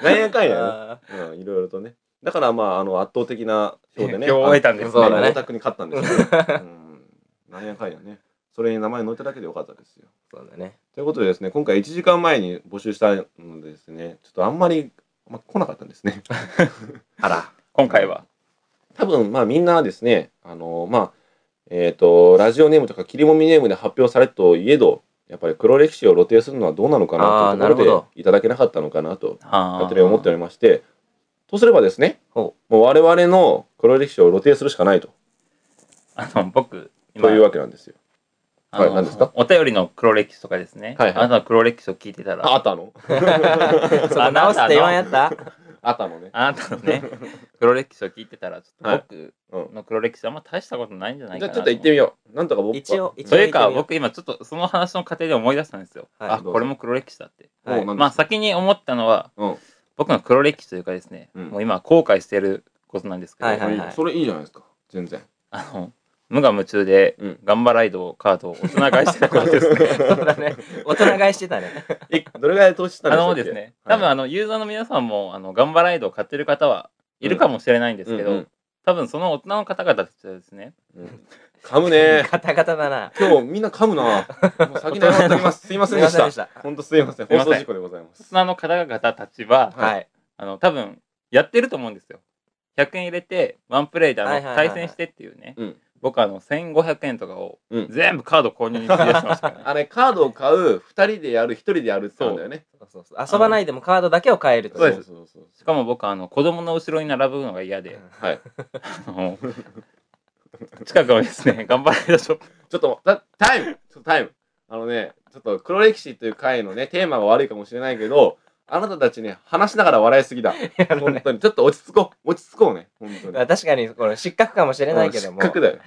[SPEAKER 1] なんやかんやね
[SPEAKER 3] あ
[SPEAKER 1] うん、いろいろとね。だからまあ、あの圧倒的な票でね。
[SPEAKER 2] 票を得たんですね
[SPEAKER 1] あの
[SPEAKER 3] そうだね
[SPEAKER 1] オタクに勝ったん ですよ。うん、なんやかんやね。それに名前載っただけでよかったですよ。
[SPEAKER 3] ーそうだね。
[SPEAKER 1] ということでですね、今回1時間前に募集したのでですね、ちょっとあんまり、まあ、来なかったんです ね。
[SPEAKER 3] あら。
[SPEAKER 2] 今回は。
[SPEAKER 1] 多分まあみんなですね、あのまあ、えっ、と、ラジオネームとか切りもみネームで発表されたといえど、やっぱり黒歴史を露呈するのはどうなのかな
[SPEAKER 3] あー
[SPEAKER 1] というとこ
[SPEAKER 3] なる
[SPEAKER 1] ろ
[SPEAKER 3] ほ
[SPEAKER 1] でいただけなかったのかなと
[SPEAKER 2] あ
[SPEAKER 1] 勝手に思っておりましてとすればですね
[SPEAKER 3] ほ
[SPEAKER 1] もう我々の黒歴史を露呈するしかないと
[SPEAKER 2] あの、僕、
[SPEAKER 1] という
[SPEAKER 2] 今、
[SPEAKER 1] わけなんですよ
[SPEAKER 2] あの
[SPEAKER 1] はい何ですか
[SPEAKER 2] お便りの黒歴史とかですね。
[SPEAKER 1] はいはい
[SPEAKER 2] あなたの黒歴史を聞いてたら、
[SPEAKER 1] あたの
[SPEAKER 3] そこ直すって言わんやった
[SPEAKER 1] あたのね。
[SPEAKER 2] あなたの ね、黒歴史を聞いてたら、ちょっと
[SPEAKER 1] はい
[SPEAKER 2] 僕の黒歴史あんま大したことないんじゃない
[SPEAKER 1] じ
[SPEAKER 2] か
[SPEAKER 1] ゃあ
[SPEAKER 2] な
[SPEAKER 1] ちょっと行ってみよう。なんとか僕は
[SPEAKER 3] 一応、一応。
[SPEAKER 2] というか、僕今ちょっとその話の過程で思い出したんですよ。
[SPEAKER 3] はい
[SPEAKER 2] あ、これも黒歴史だって。
[SPEAKER 1] もう
[SPEAKER 3] はい
[SPEAKER 1] なん
[SPEAKER 2] まあ先に思ったのは、
[SPEAKER 1] うん
[SPEAKER 2] 僕の黒歴史というかですね、
[SPEAKER 1] うん
[SPEAKER 2] もう今後悔してることなんですけど、
[SPEAKER 3] はいはいはい
[SPEAKER 1] それいいじゃないですか。全然。
[SPEAKER 2] あの無我夢中で
[SPEAKER 1] うん
[SPEAKER 2] ガンバライドカードを大人買いしてたこと ですね。
[SPEAKER 3] そうだね。大人買いしてたね。
[SPEAKER 1] どれぐら い投資したん
[SPEAKER 2] あ
[SPEAKER 1] ですか
[SPEAKER 2] のですね、多分あのユーザーの皆さんもあのガンバライドを買ってる方はいるかもしれないんですけど、
[SPEAKER 1] うんうん
[SPEAKER 2] 多分その大人の方々たちはですね、
[SPEAKER 1] うん噛む ね。
[SPEAKER 3] カタカタだな。
[SPEAKER 1] 今日みんな噛むな。もう先に謝っておきます。すいませんでし
[SPEAKER 3] すいません
[SPEAKER 1] た
[SPEAKER 3] でした。
[SPEAKER 1] 本当すいません。
[SPEAKER 2] すい
[SPEAKER 1] 放
[SPEAKER 2] ません
[SPEAKER 1] 送事故でございま
[SPEAKER 2] 大
[SPEAKER 1] す。
[SPEAKER 2] 人の方々たちは、
[SPEAKER 3] はい。
[SPEAKER 2] あの多分やってると思うんですよ。100円入れてワンプレイであの
[SPEAKER 3] はいはいはいはい
[SPEAKER 2] 対戦してっていうね、
[SPEAKER 1] うん
[SPEAKER 2] 僕あの1500円とかを
[SPEAKER 1] うん
[SPEAKER 2] 全部カード購入に費やしてました からね。
[SPEAKER 1] あれ、カードを買う、二人でやる、一人でやるってなんだよね。
[SPEAKER 3] そうそうそう遊ばないでもカードだけを変えると。
[SPEAKER 2] そうです
[SPEAKER 1] そうそう
[SPEAKER 2] しかも僕あの子供の後ろに並ぶのが嫌
[SPEAKER 1] そ
[SPEAKER 2] で、
[SPEAKER 1] うはい。
[SPEAKER 2] あの近くのですね、頑張れるショップ
[SPEAKER 1] ちょっと、たタイムちょっとタイムあのね、ちょっと黒歴史という回のね、テーマが悪いかもしれないけど、あなたたちね、話しながら笑いすぎだ。
[SPEAKER 3] あの
[SPEAKER 1] 本
[SPEAKER 3] ね
[SPEAKER 1] 当に。ちょっと落ち着こう。落ち着こうね。本当に。
[SPEAKER 3] まあ確かにこれ失格かもしれないけど
[SPEAKER 1] うん
[SPEAKER 3] も
[SPEAKER 1] 失、格だよ。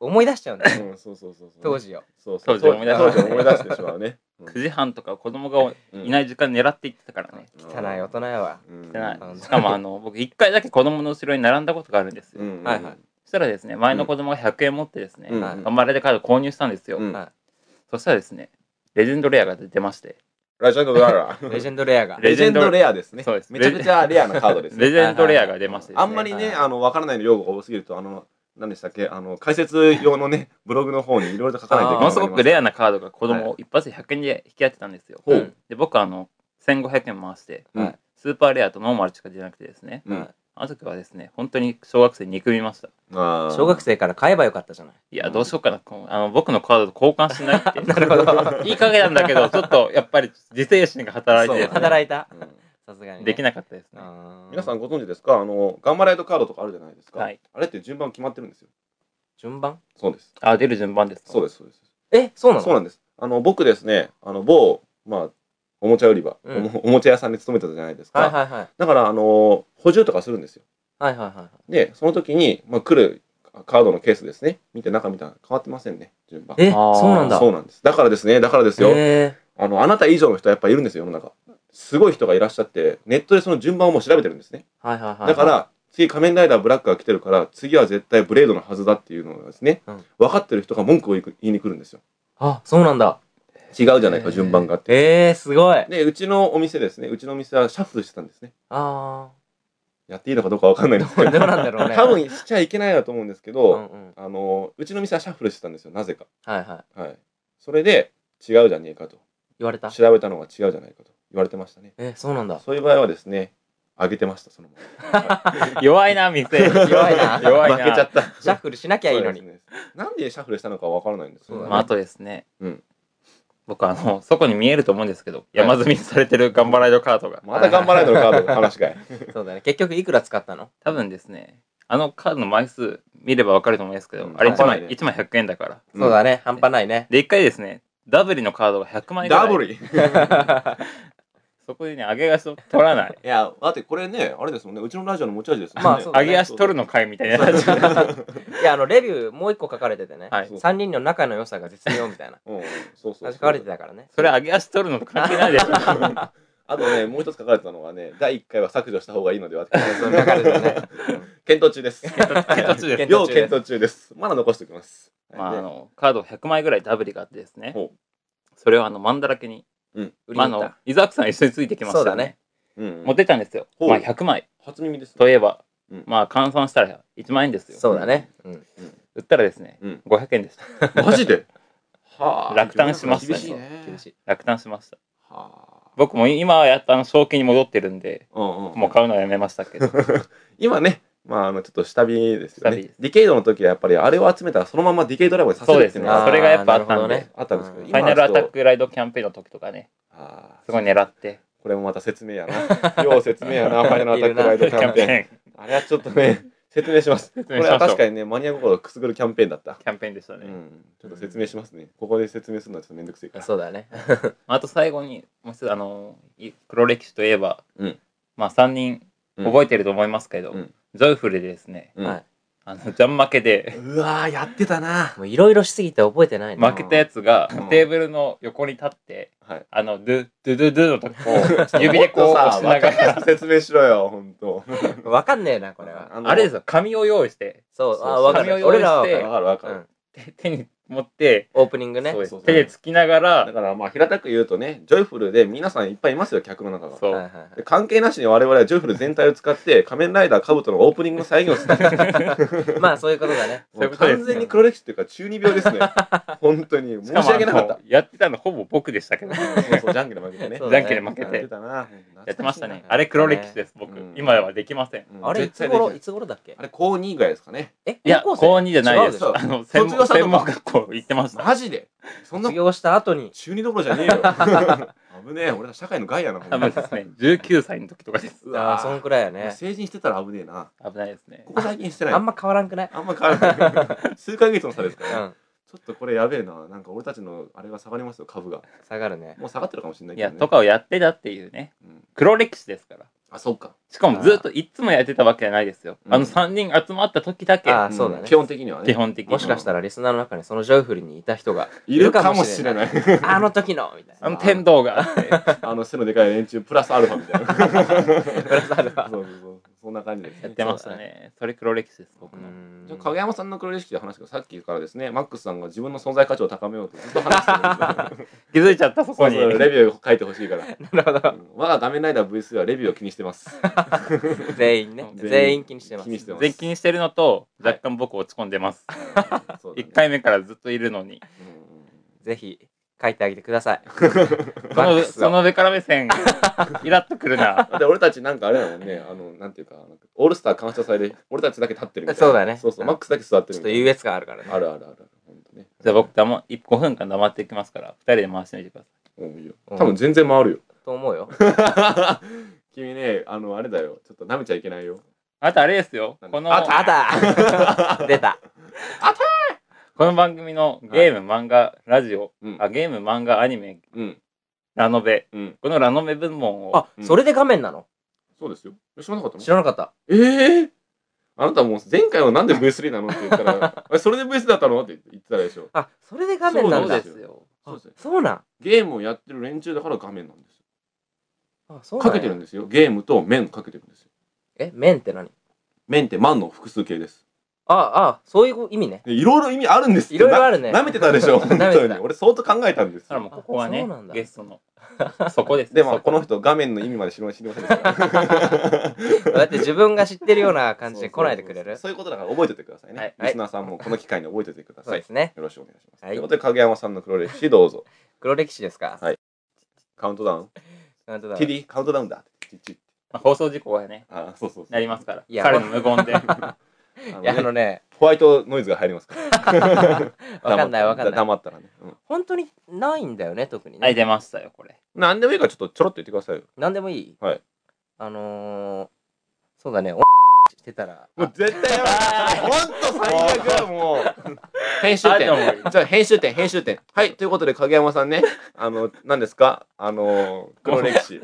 [SPEAKER 3] 思い出しちゃうんだよ、
[SPEAKER 1] うん、そうそうそうそう。
[SPEAKER 3] 当。時を。
[SPEAKER 1] そうそう。
[SPEAKER 2] 当時思い出す
[SPEAKER 1] 当時思い出してしまうね。
[SPEAKER 2] 9時半とか子供が
[SPEAKER 1] うん
[SPEAKER 2] いない時間狙って行ってたからね。
[SPEAKER 3] 汚い大人やわ。
[SPEAKER 1] うん
[SPEAKER 2] じゃない
[SPEAKER 3] うん
[SPEAKER 2] しかもあの僕1回だけ子供の後ろに並んだことがあるんですよ、
[SPEAKER 1] うん。
[SPEAKER 3] はいはい
[SPEAKER 2] そしたらですね前の子供が100円持ってですね、
[SPEAKER 1] うん
[SPEAKER 3] はい
[SPEAKER 2] 頑張れでカード購入したんですよ、
[SPEAKER 1] うん
[SPEAKER 3] はい
[SPEAKER 2] そしたらですねレジェンドレアが出てまして
[SPEAKER 1] ラジャンドガラ。
[SPEAKER 3] レジェンドレアが。
[SPEAKER 2] レ
[SPEAKER 1] レ
[SPEAKER 2] ジ
[SPEAKER 1] ジ
[SPEAKER 2] ェ
[SPEAKER 1] ェ
[SPEAKER 2] ン
[SPEAKER 1] ン
[SPEAKER 2] ド
[SPEAKER 1] ドレアですね。
[SPEAKER 2] そうです
[SPEAKER 1] めちゃくちゃレアなカードですね。
[SPEAKER 2] レジェンドレアが出ましてです、ね
[SPEAKER 1] あんまり
[SPEAKER 3] はい
[SPEAKER 1] ね、
[SPEAKER 3] はい
[SPEAKER 1] あの、わからない用語が多すぎると、あの、何でしたっけあの、解説用の ね、ブログの方にいろいろと書かないとい
[SPEAKER 3] あ
[SPEAKER 1] け
[SPEAKER 2] も
[SPEAKER 1] ない。
[SPEAKER 2] のすごくレアなカードが子供
[SPEAKER 1] は
[SPEAKER 2] を一発で100円で引き当てたんですよ、
[SPEAKER 1] ほう
[SPEAKER 3] うん
[SPEAKER 2] で僕はあの1500円回して、
[SPEAKER 1] うん
[SPEAKER 2] スーパーレアとノーマルしか出なくてですね
[SPEAKER 1] うん
[SPEAKER 3] はい
[SPEAKER 2] あの時はですね本当に小学生憎みました
[SPEAKER 1] あー
[SPEAKER 3] 小学生から買えばよかったじゃない。
[SPEAKER 2] いやどうしようかなこうあの僕のカードと交換しないって
[SPEAKER 3] なるほど。
[SPEAKER 2] いい影なんだけどちょっとやっぱり自制心が働いてですね
[SPEAKER 3] 働いた。
[SPEAKER 1] うん
[SPEAKER 3] さすがに。
[SPEAKER 2] でき
[SPEAKER 3] い。
[SPEAKER 2] なかったですね。
[SPEAKER 1] 皆さ
[SPEAKER 3] ん。
[SPEAKER 1] んご存知ですかあの、ガンマライドカードとかあるじゃないですか。
[SPEAKER 2] はい
[SPEAKER 1] あれって順番決まってるんですよ。
[SPEAKER 3] 順番
[SPEAKER 1] そうです。
[SPEAKER 2] あ、出る順番ですか。
[SPEAKER 1] そう
[SPEAKER 2] で
[SPEAKER 1] です、そうです。
[SPEAKER 3] え、そうな
[SPEAKER 1] そう
[SPEAKER 3] の
[SPEAKER 1] なんです。あの、僕ですね、あの、某、まあ、おもちゃ売り場、
[SPEAKER 3] うん
[SPEAKER 1] おもおもちゃ屋さんに勤めてたじゃないですか。
[SPEAKER 3] はいはいはい。
[SPEAKER 1] だから、あの、補充とかするんですよ。
[SPEAKER 3] はいはいはい。
[SPEAKER 1] で、その時に、まあ、来るカードのケースですね。見て中見たら変わってませんね、順番。
[SPEAKER 3] え、
[SPEAKER 2] あー
[SPEAKER 3] そうなんだ。
[SPEAKER 1] そうなんです。だからですね、だからですよ。
[SPEAKER 3] え
[SPEAKER 1] あの、あなた以上の人はやっぱいるんですよ、世の中。すごい人がいらっしゃって、ネットでその順番をもう調べてるんですね。
[SPEAKER 3] ーはいはいはい。
[SPEAKER 1] だから、次仮面ライダーブラックが来てるから、次は絶対ブレードのはずだっていうのがですね、
[SPEAKER 3] うん
[SPEAKER 1] 分かってる人が文句を言いに来るんですよ。
[SPEAKER 3] あ、そうなんだ。
[SPEAKER 1] 違うじゃないか、順番がって。
[SPEAKER 3] えー、すごい。
[SPEAKER 1] で、うちのお店ですね、うちのお店はシャッフルしてたんですね。
[SPEAKER 3] あ
[SPEAKER 1] やっていいのかどうかわかんないん ですけ
[SPEAKER 3] ー。
[SPEAKER 1] ど
[SPEAKER 3] どう、なんだろうね。
[SPEAKER 1] 多分しちゃいけないだと思うんですけ
[SPEAKER 3] う
[SPEAKER 1] ど、
[SPEAKER 3] んうん。
[SPEAKER 1] あの、うちの店はシャッフルしてたんですよ、なぜか。
[SPEAKER 3] はいはい。
[SPEAKER 1] はい。それで、違うじゃねえかと。
[SPEAKER 3] 言われた。
[SPEAKER 1] 調べたのが違うじゃないかと言われてましたね。
[SPEAKER 3] え、そうなんだ。
[SPEAKER 1] そういう場合はですね、上げてました、そのまま。
[SPEAKER 2] 弱いな、店。
[SPEAKER 3] 弱 いな
[SPEAKER 2] 弱いな。
[SPEAKER 1] 負けちゃった。
[SPEAKER 3] シャッフルしなきゃいいの
[SPEAKER 1] そ
[SPEAKER 3] に
[SPEAKER 1] う。ですねなんでシャッフルしたのかわからないんですよ
[SPEAKER 3] そうだね
[SPEAKER 2] まあ、あとですね。
[SPEAKER 1] うん
[SPEAKER 2] 僕、あの、そこに見えると思うんですけど、山積みされてるガンバライドカードが。
[SPEAKER 1] また頑張らないのカードの話 かい。
[SPEAKER 3] そうだね。結局いくら使ったの
[SPEAKER 2] 多分ですね、あのカードの枚数見ればわかると思うんですけど、
[SPEAKER 1] うん
[SPEAKER 2] あれ
[SPEAKER 1] わ
[SPEAKER 2] 1
[SPEAKER 1] かんない
[SPEAKER 2] 枚、
[SPEAKER 1] ね
[SPEAKER 2] 一枚100円だから。
[SPEAKER 1] うん
[SPEAKER 3] そうだね。半端ないね。
[SPEAKER 2] で、1回ですね、ダブリのカードが100枚ぐら
[SPEAKER 1] ダ
[SPEAKER 2] い。
[SPEAKER 1] ブルい
[SPEAKER 2] そこでね、上げ足を取らない。
[SPEAKER 1] や、だってこれね、あれですもんね、うちのラジオの持ち味ですもんね。
[SPEAKER 3] まあそうだ
[SPEAKER 2] 上
[SPEAKER 3] ね
[SPEAKER 2] げ足取るのかいみたいな感じ。
[SPEAKER 3] いや、あの、レビューもう一個書かれててね。
[SPEAKER 2] はい
[SPEAKER 1] そう
[SPEAKER 3] 三人の仲の良さが絶妙みたいな。
[SPEAKER 1] うん、そうそうそう。
[SPEAKER 3] 書かれてたからね。
[SPEAKER 2] それ上げ足取るのと関係ないでしょ。
[SPEAKER 1] あとね、もう一つ書かれてたのがね、第1回は削除した方がいいのではって
[SPEAKER 3] そう書かれ てたね。
[SPEAKER 1] 検討中です。
[SPEAKER 2] 途中で
[SPEAKER 3] 検討中です
[SPEAKER 1] 要検討中です。まだ残しておきます。
[SPEAKER 2] まあ、
[SPEAKER 1] ね
[SPEAKER 2] あのカード100枚ぐらいダブリがあってですね
[SPEAKER 1] ほ
[SPEAKER 2] それをあのまんだらけに
[SPEAKER 3] 売り
[SPEAKER 2] まあ、あ
[SPEAKER 3] に行っ
[SPEAKER 2] の
[SPEAKER 3] た。
[SPEAKER 2] 伊沢くさん一緒についてきました
[SPEAKER 3] そう
[SPEAKER 2] よ
[SPEAKER 3] だ
[SPEAKER 2] ね
[SPEAKER 3] ね
[SPEAKER 1] ううん
[SPEAKER 2] 持ってたんですよ、
[SPEAKER 1] ほう
[SPEAKER 2] まあ、100枚
[SPEAKER 1] 初耳です。
[SPEAKER 2] といえば、
[SPEAKER 1] うん
[SPEAKER 2] まあ換算したら1万円ですよ
[SPEAKER 3] そうだね。うん。
[SPEAKER 2] 売ったらですね、
[SPEAKER 1] うん
[SPEAKER 2] 500円でした
[SPEAKER 1] マジではあ
[SPEAKER 2] 落胆しました
[SPEAKER 1] 厳
[SPEAKER 2] ね
[SPEAKER 1] しいね。
[SPEAKER 3] 厳しい。
[SPEAKER 2] 落胆しました
[SPEAKER 1] はあ。
[SPEAKER 2] 僕も今はやっとあの賞金に戻ってるんで
[SPEAKER 1] うんうん。
[SPEAKER 2] もう買うのはやめましたけど
[SPEAKER 1] 今ね、まあ、あのちょっと下火ですよ
[SPEAKER 2] 下火
[SPEAKER 1] ね
[SPEAKER 2] です。
[SPEAKER 1] ディケイドの時はやっぱりあれを集めたらそのままディケイドライブにさせ
[SPEAKER 2] そう
[SPEAKER 1] るっ
[SPEAKER 2] で
[SPEAKER 1] て
[SPEAKER 2] す
[SPEAKER 1] いう
[SPEAKER 2] ね
[SPEAKER 1] のが
[SPEAKER 2] それがやっぱあったんで
[SPEAKER 3] なるほどね
[SPEAKER 1] あったんですけど、
[SPEAKER 3] う
[SPEAKER 2] フ
[SPEAKER 1] 今
[SPEAKER 2] ァイ
[SPEAKER 1] は
[SPEAKER 2] ナ
[SPEAKER 1] ち
[SPEAKER 2] ル
[SPEAKER 1] ょ
[SPEAKER 2] ア
[SPEAKER 1] っ
[SPEAKER 2] タ
[SPEAKER 1] と
[SPEAKER 2] ックライドキャンペーンの時とかね
[SPEAKER 1] あー
[SPEAKER 2] すごい狙 って
[SPEAKER 1] これもまた説明やな。よう説明やな、ファイナルアタックライドキャンペーン。
[SPEAKER 2] ン
[SPEAKER 1] あれはちょっとね、説明します。こ
[SPEAKER 2] 説
[SPEAKER 1] れ
[SPEAKER 2] 明しま
[SPEAKER 1] は
[SPEAKER 2] しょ
[SPEAKER 1] 確
[SPEAKER 2] うキ
[SPEAKER 1] かにね、マニア心をくすぐるキャンペーンだった。
[SPEAKER 2] ャンペーンでした
[SPEAKER 1] う
[SPEAKER 2] ね、
[SPEAKER 1] ん、ちょっと説明しますね。ここで説明するのはちょっとめんどくせえから。
[SPEAKER 3] そうだね。
[SPEAKER 2] あと最後にもう一つあのい黒歴史といえば、
[SPEAKER 1] うん
[SPEAKER 2] まあ3人
[SPEAKER 1] うん
[SPEAKER 2] 覚えてると思いますけど、
[SPEAKER 1] うん
[SPEAKER 2] ジョイフルでですね
[SPEAKER 1] うん
[SPEAKER 3] はい。
[SPEAKER 2] あのジャン負けで
[SPEAKER 1] うわー、やってたな。
[SPEAKER 3] もういろいろしすぎて覚えてないね。
[SPEAKER 2] 負けたやつが
[SPEAKER 1] うん
[SPEAKER 2] テーブルの横に立って
[SPEAKER 1] はい。
[SPEAKER 2] あのドゥドゥドゥドゥのと こを指でこう押しながら
[SPEAKER 1] ら説明しろよ、ほんと。
[SPEAKER 3] わかんねえな、これは。
[SPEAKER 1] の
[SPEAKER 2] あれですよ紙を用意して
[SPEAKER 3] そう、
[SPEAKER 1] そう
[SPEAKER 3] あ、わかんな
[SPEAKER 2] 紙
[SPEAKER 3] い。
[SPEAKER 2] を用意
[SPEAKER 3] 俺
[SPEAKER 2] して
[SPEAKER 1] わ
[SPEAKER 3] らはわかる
[SPEAKER 1] かるわか
[SPEAKER 3] う
[SPEAKER 1] る。
[SPEAKER 3] ん。
[SPEAKER 2] 手手に持って
[SPEAKER 3] オープニングね
[SPEAKER 2] そう。です
[SPEAKER 1] そうそう
[SPEAKER 2] 手でつきなが
[SPEAKER 1] だ
[SPEAKER 2] ら
[SPEAKER 1] からまあ平たく言うとね、ジョイフルで皆さんいっぱいいますよ、客の中が。
[SPEAKER 2] そう、
[SPEAKER 3] はいはいはい
[SPEAKER 1] で関係なしに我々はジョイフル全体を使って仮面ライダーカブトのオープニングの再現をする
[SPEAKER 3] まあそういうことだ ね。
[SPEAKER 2] そういうことですね
[SPEAKER 1] 完全に黒歴史っていうか中二病ですね本当に
[SPEAKER 2] しか
[SPEAKER 1] 申
[SPEAKER 2] も
[SPEAKER 1] し訳なかった
[SPEAKER 2] あのやってたのほぼ僕でしたけど
[SPEAKER 1] そうそうジャンケンで負けてね
[SPEAKER 3] そう
[SPEAKER 2] じ
[SPEAKER 3] だ
[SPEAKER 2] ゃ
[SPEAKER 3] ね
[SPEAKER 2] んけんで負け
[SPEAKER 1] やって
[SPEAKER 2] て
[SPEAKER 1] たな
[SPEAKER 2] やってましたね
[SPEAKER 3] 懐かしいな
[SPEAKER 2] あれ黒歴史です僕、
[SPEAKER 1] うん
[SPEAKER 2] 今はできません
[SPEAKER 1] うん
[SPEAKER 3] あれい
[SPEAKER 1] 絶
[SPEAKER 3] つ
[SPEAKER 1] 対でき
[SPEAKER 3] 頃
[SPEAKER 1] ない
[SPEAKER 3] いつ頃だっけ
[SPEAKER 1] あれ高2ぐらいですかね
[SPEAKER 3] え
[SPEAKER 2] いや高
[SPEAKER 3] 高校生
[SPEAKER 2] 2じゃないで
[SPEAKER 3] 違う
[SPEAKER 2] す
[SPEAKER 1] 違う
[SPEAKER 2] あの専
[SPEAKER 1] 卒業し
[SPEAKER 2] 門
[SPEAKER 1] たとか
[SPEAKER 2] 専門学校行ってました
[SPEAKER 1] マジでそんな
[SPEAKER 3] 卒業した後に
[SPEAKER 1] 中二どころじゃねえよ危ねえ俺ら社会の害やなほ
[SPEAKER 2] 多
[SPEAKER 1] んま
[SPEAKER 2] 分
[SPEAKER 1] に
[SPEAKER 2] です ね19歳の時とかです
[SPEAKER 1] う
[SPEAKER 3] あ
[SPEAKER 1] わ
[SPEAKER 3] あそん
[SPEAKER 1] ぁ
[SPEAKER 3] くらいやね
[SPEAKER 1] 成人してたら危ねえな
[SPEAKER 2] 危ないですね
[SPEAKER 1] ここ最近してない
[SPEAKER 3] あんま変わらんくない
[SPEAKER 1] あんま変わらない数ヶ月の差ですか
[SPEAKER 3] う
[SPEAKER 1] らね
[SPEAKER 3] ん
[SPEAKER 1] ちょっとこれやべえななんか俺たちのあれが下がりますよ株が
[SPEAKER 3] 下がる ね
[SPEAKER 1] もう下がってるかもしれない
[SPEAKER 2] い
[SPEAKER 1] けど、
[SPEAKER 2] や
[SPEAKER 1] ね、
[SPEAKER 2] とかをやってたっていうね
[SPEAKER 1] うん
[SPEAKER 2] 黒歴史ですから
[SPEAKER 1] あそうか
[SPEAKER 2] しかもずっといつもやってたわけじゃないですよ
[SPEAKER 1] うん
[SPEAKER 2] あの3人集まった時だけ
[SPEAKER 3] あーそうだね
[SPEAKER 1] ん基本的にはね
[SPEAKER 2] 基本的に
[SPEAKER 3] もしかしたらリスナーの中にそのジョイフルにいた人 が
[SPEAKER 1] いるかもしれない
[SPEAKER 3] いあの時のみたいな
[SPEAKER 2] あの天道があって
[SPEAKER 1] あの背のでかい連中プラスアルファみたいな
[SPEAKER 3] プラスアルファ
[SPEAKER 1] そうそうそうそんな感じです
[SPEAKER 2] やっ
[SPEAKER 1] ね
[SPEAKER 2] てましたねそれ黒歴史です僕
[SPEAKER 3] う
[SPEAKER 2] の
[SPEAKER 3] ん
[SPEAKER 1] じゃあ影山さんの黒歴史の話がさっきからですねマックスさんが自分の存在価値を高めようとずっと話してるんですよ
[SPEAKER 2] 気づいちゃったそ
[SPEAKER 1] そ
[SPEAKER 2] こ
[SPEAKER 1] う
[SPEAKER 2] に
[SPEAKER 1] そうレビューを書いてほしいから
[SPEAKER 3] なるほど
[SPEAKER 1] うん我が画面ライダー V3 はレビューを気にしてます
[SPEAKER 3] 全員ね
[SPEAKER 1] 全員
[SPEAKER 3] 全員気にしてます
[SPEAKER 1] 気にしてます
[SPEAKER 2] 全金してるのと
[SPEAKER 1] はい
[SPEAKER 2] 若干僕落ち込んでます
[SPEAKER 1] そうだね
[SPEAKER 2] 1回目からずっといるのに
[SPEAKER 1] うん
[SPEAKER 3] ぜひ書いてあげてく ださい
[SPEAKER 2] そ
[SPEAKER 3] マッ
[SPEAKER 2] の
[SPEAKER 3] クスを
[SPEAKER 2] その上から目線イラっとくる
[SPEAKER 1] だ
[SPEAKER 2] な
[SPEAKER 1] って俺たちなんかあれだもんねあのなんていうかなんかオールスター感謝祭で俺たちだけ立ってるみたいな
[SPEAKER 3] そうだね
[SPEAKER 1] そうそうマックスだけ座って
[SPEAKER 3] ちょ
[SPEAKER 1] る
[SPEAKER 3] っ
[SPEAKER 1] みた
[SPEAKER 3] と
[SPEAKER 1] い
[SPEAKER 3] 優
[SPEAKER 1] な
[SPEAKER 3] 越感あるからね
[SPEAKER 1] あるあるあるほんとね
[SPEAKER 2] じゃあ僕黙い5分間黙っていきますから2人で回してみてくださ
[SPEAKER 1] うんいいよ
[SPEAKER 3] うん
[SPEAKER 1] 多分全然回るよ
[SPEAKER 3] と思うよ
[SPEAKER 1] 君ね、あの、あれだよ。ちょっと舐めちゃいけないよ。
[SPEAKER 2] いあとあれですよこの
[SPEAKER 1] あ
[SPEAKER 3] あ た出た
[SPEAKER 2] この番組のゲーム漫画ラジオ
[SPEAKER 1] うん
[SPEAKER 2] あゲーム漫画アニメ
[SPEAKER 1] うん。
[SPEAKER 2] ラノベ
[SPEAKER 1] うん。
[SPEAKER 2] このラノベ部門を
[SPEAKER 3] あそれで画面なの
[SPEAKER 1] そうですよ。知らなかったの
[SPEAKER 3] 知らなかった
[SPEAKER 1] ええあなたもう前回はなんで V3 なのって言った ら、あそれで V3 だったのって言ってたでしょ。
[SPEAKER 3] あそれで画面なん
[SPEAKER 1] そう
[SPEAKER 3] だ
[SPEAKER 1] です
[SPEAKER 2] よ
[SPEAKER 1] そうですよ。
[SPEAKER 3] そうなん
[SPEAKER 1] ゲームをやってる連中だから画面なんですよ。
[SPEAKER 3] あそうなん
[SPEAKER 1] かけ
[SPEAKER 3] や
[SPEAKER 1] てるんですよ。ゲームと面かけてるんですよ。
[SPEAKER 3] え面って何
[SPEAKER 1] 面って万の複数形です。
[SPEAKER 3] ああそういう意味ね
[SPEAKER 1] でいろいろ意味あるんですって
[SPEAKER 3] いろいろあるね
[SPEAKER 1] な舐めてたでしょ。本
[SPEAKER 3] 舐め
[SPEAKER 1] 当
[SPEAKER 3] て
[SPEAKER 1] に。
[SPEAKER 3] た
[SPEAKER 1] 俺相当考えたんです
[SPEAKER 2] だからも
[SPEAKER 1] よ。
[SPEAKER 2] うここは
[SPEAKER 3] あ
[SPEAKER 2] ね
[SPEAKER 3] そうなんだ
[SPEAKER 2] ゲストのそこです
[SPEAKER 1] でも、
[SPEAKER 2] そ
[SPEAKER 1] この人画面の意味まで知りませんでしたから。
[SPEAKER 3] だって自分が知ってるような感じで来ないでくれ
[SPEAKER 1] そう
[SPEAKER 3] る
[SPEAKER 1] そうそうそういうことだから覚えててくださいね、
[SPEAKER 3] はい
[SPEAKER 1] リスナーさんもこの機会に覚えててくだ
[SPEAKER 3] そう
[SPEAKER 1] さい、
[SPEAKER 3] ですね
[SPEAKER 1] よろしくお願いします、
[SPEAKER 3] はい
[SPEAKER 1] ということで影山さんの黒歴史どうぞ
[SPEAKER 3] 黒歴史ですか
[SPEAKER 1] はいカウントダウン
[SPEAKER 3] なんとだ
[SPEAKER 1] TD カウントダウンだチッチッ
[SPEAKER 2] まあ放送事故がね
[SPEAKER 1] あそうそうそう
[SPEAKER 2] なりますから
[SPEAKER 3] いや
[SPEAKER 2] 彼の無言で
[SPEAKER 1] あのね
[SPEAKER 3] いやあのね
[SPEAKER 1] ホワイトノイズが入りますから
[SPEAKER 3] わかんないわかん
[SPEAKER 1] だ
[SPEAKER 3] ない
[SPEAKER 1] 黙ったらね、うん
[SPEAKER 3] 本当にないんだよね特にね、
[SPEAKER 2] はい出ましたよこれ
[SPEAKER 1] 何でもいいからちょっとちょろっと言ってくださいよ
[SPEAKER 3] 何でもいい
[SPEAKER 1] はい
[SPEAKER 3] あのー、そうだねおしてたら
[SPEAKER 1] もう絶対やばいほんと最悪もう編集
[SPEAKER 2] あでも
[SPEAKER 1] 点じゃあ編集点編集点はいということで影山さんねあの何ですかあの黒歴史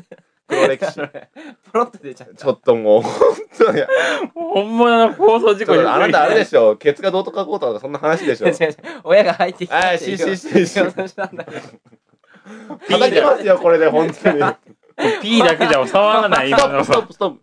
[SPEAKER 1] 黒歴史
[SPEAKER 3] ポロッと出ちゃっ
[SPEAKER 1] ちょっともう、本当に。
[SPEAKER 2] 本物の放送事
[SPEAKER 1] ちょ
[SPEAKER 2] 故
[SPEAKER 1] っ
[SPEAKER 2] に
[SPEAKER 1] とあなたあれでしょ、ケツがどうとかこうとかそんな話でしょ。
[SPEAKER 3] 違う違う親が入ってきた
[SPEAKER 1] あ
[SPEAKER 3] っ
[SPEAKER 1] い、し
[SPEAKER 3] て言
[SPEAKER 1] ん
[SPEAKER 3] う
[SPEAKER 1] しんしんし
[SPEAKER 3] 言お
[SPEAKER 1] ん
[SPEAKER 3] う。としたんだけど
[SPEAKER 1] 叩きますよ、これで、本当に。
[SPEAKER 2] P だけじゃ収まらない
[SPEAKER 1] ス
[SPEAKER 2] 今
[SPEAKER 1] トッ
[SPEAKER 2] の
[SPEAKER 1] プ、ストップ、ストップ。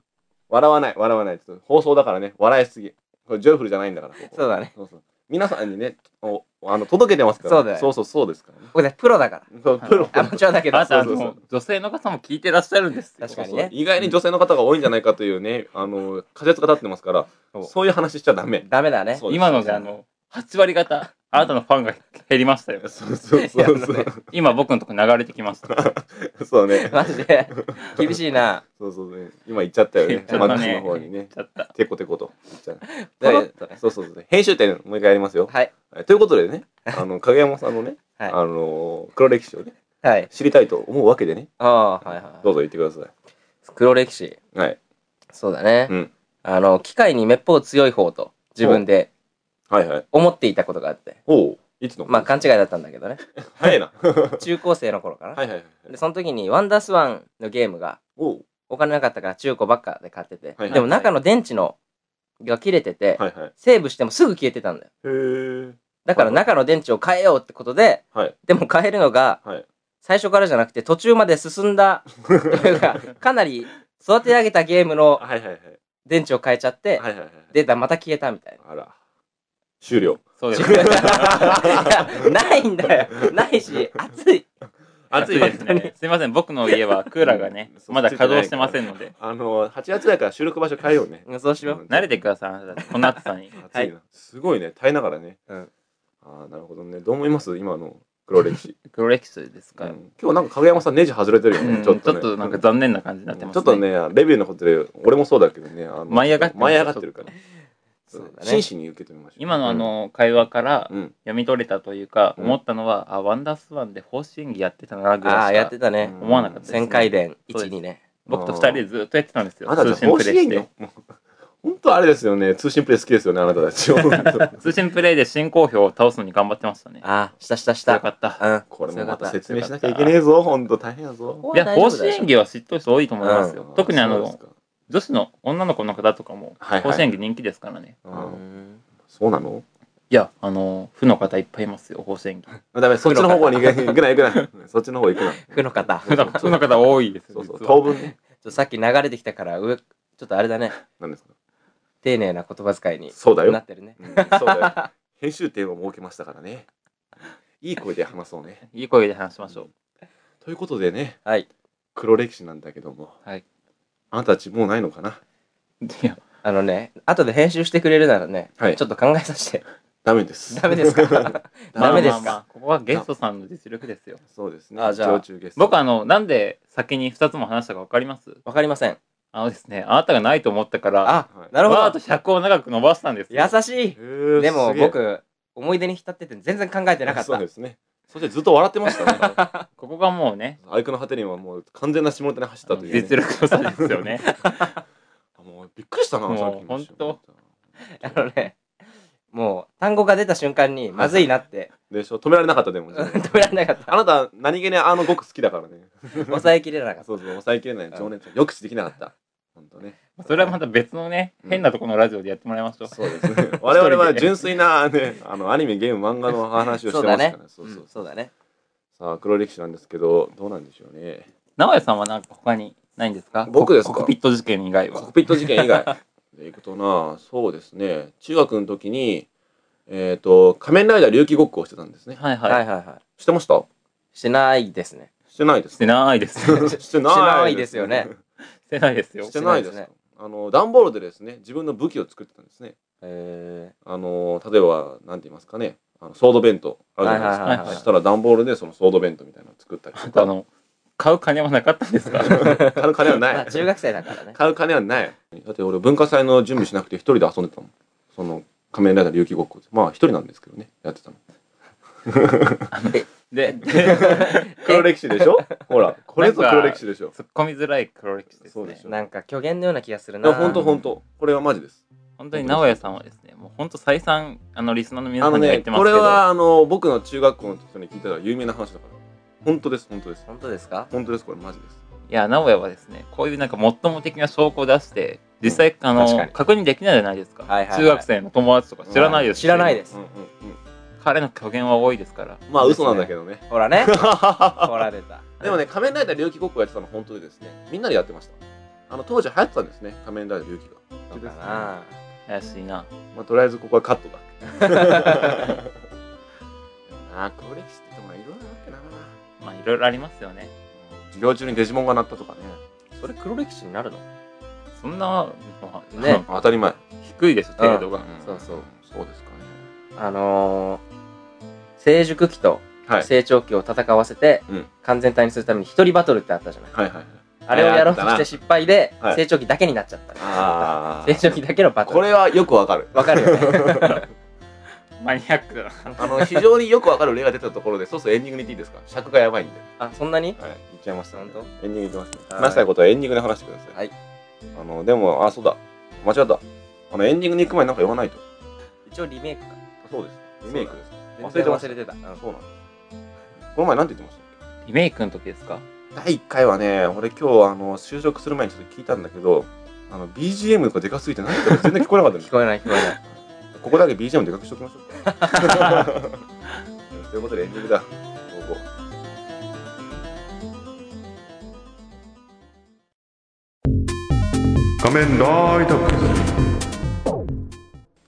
[SPEAKER 1] 笑わない、笑わない。ちょっと放送だからね、笑いすぎ。これ、ジョイフルじゃないんだから。ここ
[SPEAKER 3] そうだね。
[SPEAKER 1] そうそう。皆さんにね、おあの届けてますから。
[SPEAKER 3] そうだよ
[SPEAKER 1] そうそう、そうですからね。
[SPEAKER 3] 僕ねプロだから
[SPEAKER 1] そうプロ
[SPEAKER 3] アマチュアだけど
[SPEAKER 2] あなたあ
[SPEAKER 1] そうそう
[SPEAKER 2] の女性の方も聞いてらっしゃるんですよ
[SPEAKER 3] 確かに
[SPEAKER 1] そうそう
[SPEAKER 3] ね
[SPEAKER 1] 意外に女性の方が多いんじゃないかというね、あの仮説が立ってますから、
[SPEAKER 3] そう
[SPEAKER 1] そういう話しちゃダメ。
[SPEAKER 3] ダメだね
[SPEAKER 1] そうです
[SPEAKER 2] 今のであの8割方あなたのファンが減りましたよ
[SPEAKER 1] そうそうそう
[SPEAKER 3] いや
[SPEAKER 1] そ
[SPEAKER 3] あのね
[SPEAKER 1] う。
[SPEAKER 2] 今僕のとこ流れてきました
[SPEAKER 1] そう ね。
[SPEAKER 3] マジ で厳しいな
[SPEAKER 1] そうそうね。今言っちゃったよ
[SPEAKER 2] 言
[SPEAKER 1] ね
[SPEAKER 2] っ。ちゃ
[SPEAKER 1] マ
[SPEAKER 2] ったね
[SPEAKER 1] ックスの方にね。
[SPEAKER 2] ちょっと
[SPEAKER 1] テコテコと言っちゃう。
[SPEAKER 3] ポロッとね
[SPEAKER 1] そうそうそう。編集点もう一回やりますよ。
[SPEAKER 3] はい
[SPEAKER 1] はいということでね、あの影山さんのね、
[SPEAKER 3] は
[SPEAKER 1] あ
[SPEAKER 3] い
[SPEAKER 1] のー黒歴史をね
[SPEAKER 3] はい
[SPEAKER 1] 知りたいと思うわけでね、
[SPEAKER 3] ああはいはい
[SPEAKER 1] どうぞ言ってくださ
[SPEAKER 3] 黒歴史
[SPEAKER 1] い。はい。
[SPEAKER 3] そうだね、
[SPEAKER 1] うん
[SPEAKER 3] あの、機械にめっぽう強い方と自分で
[SPEAKER 1] はいはい。
[SPEAKER 3] 思っていたことがあって。
[SPEAKER 1] おういつの
[SPEAKER 3] まあ勘違いだったんだけ どね。
[SPEAKER 1] 早いな。は
[SPEAKER 3] 中高生の頃かな。
[SPEAKER 1] いはいはい。
[SPEAKER 3] で、その時にワンダースワンのゲームが
[SPEAKER 1] おう
[SPEAKER 3] お金なかったから中古ばっかで買ってて。
[SPEAKER 1] はい
[SPEAKER 3] でも中の電池のが切れてて、
[SPEAKER 1] はいはい。
[SPEAKER 3] セーブしてもすぐ消えてたんだよ。
[SPEAKER 1] へー
[SPEAKER 3] だから中の電池を変えようってことで、
[SPEAKER 1] はい
[SPEAKER 3] でも変えるのが
[SPEAKER 1] はい。
[SPEAKER 3] 最初からじゃなくて途中まで進んだというか、かなり育て上げたゲームの
[SPEAKER 1] はいはいはい。
[SPEAKER 3] 電池を変えちゃって、
[SPEAKER 1] はいはいはい。
[SPEAKER 3] データまた消えた みたいな。
[SPEAKER 1] あら。終了。
[SPEAKER 2] そうです。
[SPEAKER 3] ないんだよ。ないし、暑い。
[SPEAKER 2] 暑いです
[SPEAKER 3] 本当
[SPEAKER 2] ね。すいません、僕の家はクーラーがね
[SPEAKER 1] うん、
[SPEAKER 2] まだ稼働してませんので。
[SPEAKER 1] あの、8月だから収録場所変えようね。
[SPEAKER 3] うんそうしよう。
[SPEAKER 2] 慣れてくださいあなた、この暑さに。
[SPEAKER 1] 暑いな。すごいね。耐えながらね。
[SPEAKER 3] うん
[SPEAKER 1] ああ、なるほどね。どう思います今の黒歴 史。
[SPEAKER 2] 黒歴史で す
[SPEAKER 1] う
[SPEAKER 2] か。
[SPEAKER 1] ん今日なんか影山さんネジ外れてるよ
[SPEAKER 2] う
[SPEAKER 1] ね。
[SPEAKER 2] ん
[SPEAKER 1] ち
[SPEAKER 2] ち
[SPEAKER 1] ょ
[SPEAKER 2] ょっ
[SPEAKER 1] っとね。
[SPEAKER 2] となんか残念な感じになってます
[SPEAKER 1] ちょっと。ね、レビューのことで、俺もそうだけどね、あの
[SPEAKER 2] 舞い上がってる
[SPEAKER 1] 舞い上がってるから、
[SPEAKER 3] そうだ
[SPEAKER 1] 真
[SPEAKER 3] ね。
[SPEAKER 1] 摯に受け止めましょう。
[SPEAKER 2] 今のあの会話から
[SPEAKER 1] うん、
[SPEAKER 2] 読み取れたというか、
[SPEAKER 1] うん
[SPEAKER 2] 思ったのは、あ、ワンダースワンで方針技やってたなぐらいしか。
[SPEAKER 3] ああ、やってたね。
[SPEAKER 2] 思わなかったですね
[SPEAKER 3] 旋回伝
[SPEAKER 2] そうで
[SPEAKER 3] 1、
[SPEAKER 2] す
[SPEAKER 3] 2ね。
[SPEAKER 2] 僕と二人でずっとやってたんですよ。
[SPEAKER 1] あなた
[SPEAKER 2] 通
[SPEAKER 1] たち甲
[SPEAKER 2] 信
[SPEAKER 1] 子
[SPEAKER 2] プレイ
[SPEAKER 1] 園
[SPEAKER 2] し
[SPEAKER 1] よ
[SPEAKER 2] て。。
[SPEAKER 1] もう本当あれですよね、通信プレイ好きですよね、あなたたち。本当
[SPEAKER 2] 通信プレイで進行表を倒すのに頑張ってましたね。
[SPEAKER 3] ああ、したしたし
[SPEAKER 2] よ
[SPEAKER 3] た。
[SPEAKER 2] かった。
[SPEAKER 3] うん。
[SPEAKER 1] これも
[SPEAKER 3] 強か
[SPEAKER 1] ま
[SPEAKER 3] ったた
[SPEAKER 1] 説明しなきゃいけねえぞ、本当大変やぞ。
[SPEAKER 2] いや、甲子園芸は知っとる人多いと思いますよ。
[SPEAKER 1] うん
[SPEAKER 2] 特にあ
[SPEAKER 1] そうです
[SPEAKER 2] の、
[SPEAKER 1] か
[SPEAKER 2] 女子の女の子の方とかも、
[SPEAKER 1] はいはい
[SPEAKER 2] 甲子園芸人気ですからね。
[SPEAKER 1] う
[SPEAKER 3] うんん
[SPEAKER 1] そうなの
[SPEAKER 2] いや、あの、負の方いっぱいいますよ、甲子園芸。
[SPEAKER 1] ダメ、そっちの方向に行く行くな、行くな。そっ ちの方行くな。
[SPEAKER 3] 負の方。
[SPEAKER 2] 負の負の方多いです
[SPEAKER 1] そ
[SPEAKER 2] よ、
[SPEAKER 1] うそう、
[SPEAKER 2] 実
[SPEAKER 1] 当
[SPEAKER 2] は。
[SPEAKER 1] 分ね。
[SPEAKER 3] ちょっとさっき流れてきたから、上、ちょっとあれだね。
[SPEAKER 1] 何ですか
[SPEAKER 3] 丁寧な言葉遣いに
[SPEAKER 1] そうだよ
[SPEAKER 3] な。ってるね。
[SPEAKER 1] うんそうだよ。編集点を設けましたからね。いい声で話そうね。
[SPEAKER 2] いい声で話しましょう。
[SPEAKER 1] ということでね、
[SPEAKER 3] はい。
[SPEAKER 1] 黒歴史なんだけども、
[SPEAKER 2] はい
[SPEAKER 1] あなたたちもうないのかない
[SPEAKER 2] や、
[SPEAKER 3] あのね、後で編集してくれるならね、
[SPEAKER 1] はい
[SPEAKER 3] ちょっと考えさせて。
[SPEAKER 1] ダメです
[SPEAKER 3] ダメですかダメです
[SPEAKER 2] まあまあま
[SPEAKER 3] か
[SPEAKER 2] あここはゲストさんの実力ですよ。
[SPEAKER 1] そうですね
[SPEAKER 3] あじゃあ
[SPEAKER 1] 常駐ゲスト
[SPEAKER 2] 僕、あの、なんで先に2つも話したか分かります
[SPEAKER 3] わかりません。
[SPEAKER 2] あのですね、あなたがないと思ったから、
[SPEAKER 3] あ
[SPEAKER 1] はい、
[SPEAKER 3] なるほ
[SPEAKER 2] わーっと
[SPEAKER 3] ど。
[SPEAKER 2] 尺を長く伸ばしたんですよ。
[SPEAKER 3] 優し
[SPEAKER 1] へ
[SPEAKER 3] い。
[SPEAKER 1] ー
[SPEAKER 3] でも
[SPEAKER 1] すげえ
[SPEAKER 3] 僕、思い出に浸ってて全然考えてなかっ
[SPEAKER 1] そう
[SPEAKER 3] た
[SPEAKER 1] で。すねそしてずっと笑ってましたね
[SPEAKER 2] ここがもうね、
[SPEAKER 1] あいくの果てにはもう完全な下ネタに走っ
[SPEAKER 2] あ
[SPEAKER 1] た
[SPEAKER 2] の
[SPEAKER 1] というね、
[SPEAKER 2] 実力の差ですよね。
[SPEAKER 1] あもうびっくりしたな
[SPEAKER 2] もう
[SPEAKER 1] さっきの話
[SPEAKER 2] ほんと
[SPEAKER 3] あのね、もう単語が出た瞬間にまずいなって、
[SPEAKER 1] でしょ止められなかったでも
[SPEAKER 3] 止められなかっ た。
[SPEAKER 1] あなた何気にあの語句好きだからね
[SPEAKER 3] 抑えきれなかった。
[SPEAKER 1] そうそう抑えきれない情熱抑止できなかった本当ね
[SPEAKER 2] それはまた別のね、
[SPEAKER 1] うん
[SPEAKER 2] 変なところのラジオでやってもらいましょう。
[SPEAKER 1] そう ですね我々は純粋なね あのアニメゲーム漫画の話をしてますから
[SPEAKER 3] そ
[SPEAKER 1] そううそう
[SPEAKER 3] そうだね。
[SPEAKER 1] さあ黒歴史なんですけどどうなんでしょうね
[SPEAKER 2] 直江さんはなんか他にないんですか
[SPEAKER 1] 僕ですか
[SPEAKER 2] ココピット事件以外
[SPEAKER 1] コ
[SPEAKER 2] は
[SPEAKER 1] ッ。ピット事件以外でいくとなそうですね中学の時にえっ、と仮面ライダー龍騎ごっこをしてたんですね
[SPEAKER 2] はい
[SPEAKER 3] はいは
[SPEAKER 2] はい
[SPEAKER 3] は
[SPEAKER 1] してました
[SPEAKER 3] い。してないですね。
[SPEAKER 1] してないで
[SPEAKER 2] い。し
[SPEAKER 1] す
[SPEAKER 2] て
[SPEAKER 1] か
[SPEAKER 2] ないです。 し
[SPEAKER 1] して
[SPEAKER 3] ないしてないですよね
[SPEAKER 2] てないですよ
[SPEAKER 1] し。てないですかあの段ボールでですね自分の武器を作ってたんですね
[SPEAKER 3] え
[SPEAKER 1] あの例えばなんて言いますかねあのソード弁当あるじゃないですか、
[SPEAKER 3] はい
[SPEAKER 2] はいはいはい
[SPEAKER 1] そしたら段ボールでそのソード弁当みたいなのを作ったり と
[SPEAKER 2] あ
[SPEAKER 1] か
[SPEAKER 2] の、買う金はなかったんで すか
[SPEAKER 1] 買う金は
[SPEAKER 3] ー、ま
[SPEAKER 1] な
[SPEAKER 3] あ
[SPEAKER 1] い
[SPEAKER 3] 中学生 だからね。
[SPEAKER 1] 買う金はないだって俺文化祭の準備しなくて一人で遊んでたもんその仮面ライダー龍騎ごっこでまあ一人なんですけどねやってたの
[SPEAKER 2] で、
[SPEAKER 1] 黒歴史でしょほらこれぞ
[SPEAKER 2] なんか
[SPEAKER 1] 黒歴史でしょ
[SPEAKER 2] 突っ込みづらい黒歴史です
[SPEAKER 1] そうで
[SPEAKER 2] ね
[SPEAKER 1] しょ。
[SPEAKER 3] なんか虚言のような気がするな。
[SPEAKER 1] 本当本当これはマジです
[SPEAKER 2] 本当に直江さんはですね、もう本当再三、あの、リスナーの皆
[SPEAKER 1] あ
[SPEAKER 2] さん
[SPEAKER 1] の
[SPEAKER 2] にも言
[SPEAKER 1] ね
[SPEAKER 2] ってます
[SPEAKER 1] こ
[SPEAKER 2] け
[SPEAKER 1] れ
[SPEAKER 2] ど、
[SPEAKER 1] はあの僕の中学校の人に聞いたら有名な話だから本当です本当です
[SPEAKER 3] 本当ですか
[SPEAKER 1] 本当ですこれマジです
[SPEAKER 2] いや、直江はですね、こういうなんか最も的な証拠を出して、実際、あ
[SPEAKER 3] 確か
[SPEAKER 2] の
[SPEAKER 3] に、
[SPEAKER 2] 確認できないじゃないですか。
[SPEAKER 3] はいはいはい
[SPEAKER 2] 中学生の友達とか知らないですし
[SPEAKER 3] 知らないです
[SPEAKER 1] うんうんう
[SPEAKER 2] 彼の虚言は多いですから。
[SPEAKER 1] んまあ嘘なんだけどね
[SPEAKER 3] ほらね。ほら出た。
[SPEAKER 1] でもね仮面ライダー龍騎ごっこやってたの本当でですねみんなでやってましたあの当時流行ってたんですね仮面ライダー龍騎が
[SPEAKER 3] そうかな。
[SPEAKER 2] 怪しいな。
[SPEAKER 1] まあ、とりあえずここはカットだ。 ああ、黒歴史ってもいろいろあるわけだな。
[SPEAKER 2] まあ、いろいろありますよね。
[SPEAKER 1] 授業中にデジモンが鳴ったとかね。
[SPEAKER 3] それ黒歴史になるの
[SPEAKER 2] そんな、まあ
[SPEAKER 3] ね
[SPEAKER 1] 当たり前。
[SPEAKER 2] 低いです、程度が。
[SPEAKER 3] そうそう。
[SPEAKER 1] そうですかね。
[SPEAKER 3] あのー、成熟期と
[SPEAKER 1] はい。
[SPEAKER 3] 成長期を戦わせて
[SPEAKER 1] うん
[SPEAKER 3] 完全体にするために一人バトルってあったじゃない。
[SPEAKER 1] はいはいはい。
[SPEAKER 3] あれをやろうと
[SPEAKER 1] あっ
[SPEAKER 3] し
[SPEAKER 1] た
[SPEAKER 3] て
[SPEAKER 1] な
[SPEAKER 3] 失敗で
[SPEAKER 1] はい
[SPEAKER 3] 成長期だけになっちゃった。
[SPEAKER 1] あ
[SPEAKER 3] 成長期だけのバトル。
[SPEAKER 1] これはよくわかる。
[SPEAKER 3] わかるよね。
[SPEAKER 2] マニアックだな。
[SPEAKER 1] あの、非常によくわかる例が出たところで、そうそうエンディングに行っていいですか尺がやばいんで。
[SPEAKER 3] あ、そんなに
[SPEAKER 1] はい。行っちゃいました、
[SPEAKER 3] 本当
[SPEAKER 1] エンディング行きますね。
[SPEAKER 3] はい
[SPEAKER 1] 話したいことはエンディングで話してください。
[SPEAKER 3] はい。
[SPEAKER 1] あの、でも、あ、そうだ。間違った。あの、エンディングに行く前になんか言わないと。
[SPEAKER 3] 一応リメイクか
[SPEAKER 1] そうです。リメイクです。
[SPEAKER 3] 全然忘れてた
[SPEAKER 1] あそうなんです。この前なんて言ってました
[SPEAKER 4] リメイクの時ですか
[SPEAKER 1] 第1回はね、俺今日、あの、就職する前にちょっと聞いたんだけど、あの、BGM がでかすぎて何言ってるか全然聞こえなかったんで
[SPEAKER 3] 聞
[SPEAKER 1] す
[SPEAKER 3] こえない聞こえない
[SPEAKER 1] ここだけ BGM でかくしておきましょうか。ということでエンディングだ。午後
[SPEAKER 5] 仮面ライダー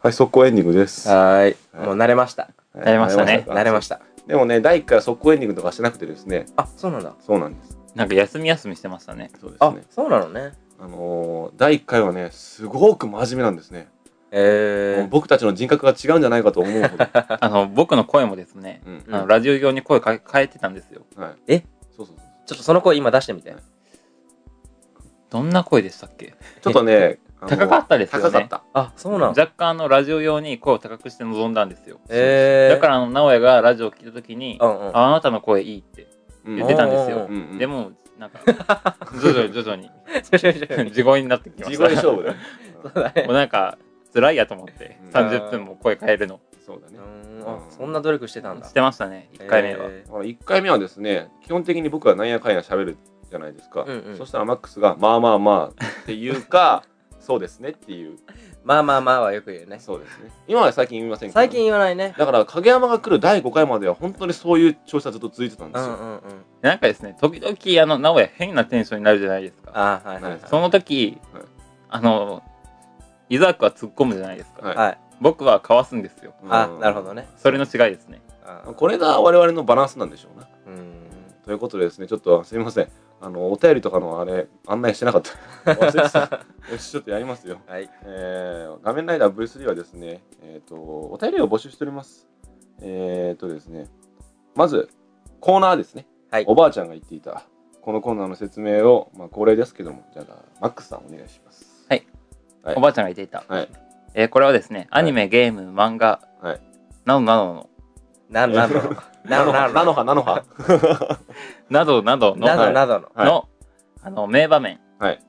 [SPEAKER 1] はい、速攻エンディングです。は
[SPEAKER 3] はー
[SPEAKER 1] はい
[SPEAKER 3] いもう慣れました
[SPEAKER 1] い
[SPEAKER 2] 慣れましたね
[SPEAKER 3] 慣れま
[SPEAKER 1] し
[SPEAKER 3] した
[SPEAKER 1] た。でもね、第1回は速攻エンディングとかしてなくてですね、
[SPEAKER 3] あそうなんだ
[SPEAKER 1] そうなんです。
[SPEAKER 2] なんか休み休みしてましたね。
[SPEAKER 1] そうです
[SPEAKER 3] あ
[SPEAKER 1] ね。
[SPEAKER 3] そうなのね
[SPEAKER 1] あのー第1回はね、すごく真面目なんですね。もう
[SPEAKER 3] え
[SPEAKER 1] 僕たちの人格が違うんじゃないかと思うほど。
[SPEAKER 2] あの、僕の声もですね、
[SPEAKER 1] うん
[SPEAKER 3] う
[SPEAKER 2] あの
[SPEAKER 3] ん
[SPEAKER 2] ラジオ用に声か変えてたんですよ。
[SPEAKER 1] はい、
[SPEAKER 3] え
[SPEAKER 1] そうそうそう
[SPEAKER 3] ちょっとその声今出してみて
[SPEAKER 2] どんな声でしたっけ
[SPEAKER 1] ちょっとね、あの
[SPEAKER 2] 高かったですよね
[SPEAKER 1] 高かった。
[SPEAKER 3] あそうなの
[SPEAKER 2] 若干あのラジオ用に声を高くして臨んだんですよ。
[SPEAKER 3] えー
[SPEAKER 2] だからあの直哉がラジオを聞いた時に、
[SPEAKER 3] うんうん
[SPEAKER 2] ああなたの声いいって
[SPEAKER 1] うん
[SPEAKER 2] 言ってたんですよ
[SPEAKER 1] う。んうん、
[SPEAKER 2] でも、なんか、 徐々に徐々に、
[SPEAKER 3] ちょちょちょ
[SPEAKER 2] 地声になってきま
[SPEAKER 1] 地
[SPEAKER 2] し
[SPEAKER 1] 声
[SPEAKER 2] た。
[SPEAKER 1] 勝負だよ。うん
[SPEAKER 3] そうだね
[SPEAKER 2] もうなんか、辛いやと思って
[SPEAKER 1] うん、
[SPEAKER 2] 30分も声変えるの。
[SPEAKER 1] そうだね
[SPEAKER 3] う。ーんあそんな努力してたんだ
[SPEAKER 2] してましたね、1回目は。
[SPEAKER 3] えー
[SPEAKER 1] 1回目はですね、基本的に僕はなんやかんや喋るじゃないですか。
[SPEAKER 3] うんうん
[SPEAKER 1] そしたらマックスが、まあまあまあっていうか、 そうですねっていう。
[SPEAKER 3] まあまあまあはよく言うね
[SPEAKER 1] そうですね。今は最近言いませんけど、
[SPEAKER 3] 最近言わないね
[SPEAKER 1] だから影山が来る第5回までは本当にそういう調子はずっと続いてたんで
[SPEAKER 3] う
[SPEAKER 1] す
[SPEAKER 3] ん
[SPEAKER 1] よ。
[SPEAKER 3] うんうん
[SPEAKER 2] なんかですね、時々、あの、直哉変なテンションになるじゃないですか。
[SPEAKER 3] あはいはい
[SPEAKER 2] その時
[SPEAKER 1] はい、
[SPEAKER 2] あの、伊沢君は突っ込むじゃないです
[SPEAKER 1] は
[SPEAKER 2] か
[SPEAKER 1] い。
[SPEAKER 3] はい
[SPEAKER 2] 僕はかわすんですよ。
[SPEAKER 1] うん
[SPEAKER 3] あなるほどね
[SPEAKER 2] それの違いですね。
[SPEAKER 3] あ
[SPEAKER 1] これが我々のバランスなんでしょうね。
[SPEAKER 3] うーん
[SPEAKER 1] ということでですね、ちょっとすみません。あの、お便りとかのあれ、案内してなかった。忘れて た。よし、ちょっとやりますよ。
[SPEAKER 3] はい
[SPEAKER 1] えー、画面ライダー V3 はですね、えっ、と、お便りを募集しております。えっ、とですね、まず、コーナーですね。
[SPEAKER 3] はい
[SPEAKER 1] おばあちゃんが言っていた、このコーナーの説明を、まあ、恒例ですけども、じゃあ、マックスさんお願いします。はい
[SPEAKER 2] おばあちゃんが言っていた。
[SPEAKER 1] はい。
[SPEAKER 2] えーこれはですね、アニメ、ゲーム、漫画
[SPEAKER 1] はい、
[SPEAKER 2] などなどの、
[SPEAKER 3] なんなんのなのな
[SPEAKER 1] な
[SPEAKER 3] の
[SPEAKER 1] のは、なのは。
[SPEAKER 2] などなどの、
[SPEAKER 3] なのなどの
[SPEAKER 1] はい
[SPEAKER 2] の、あの、名場面、
[SPEAKER 1] はい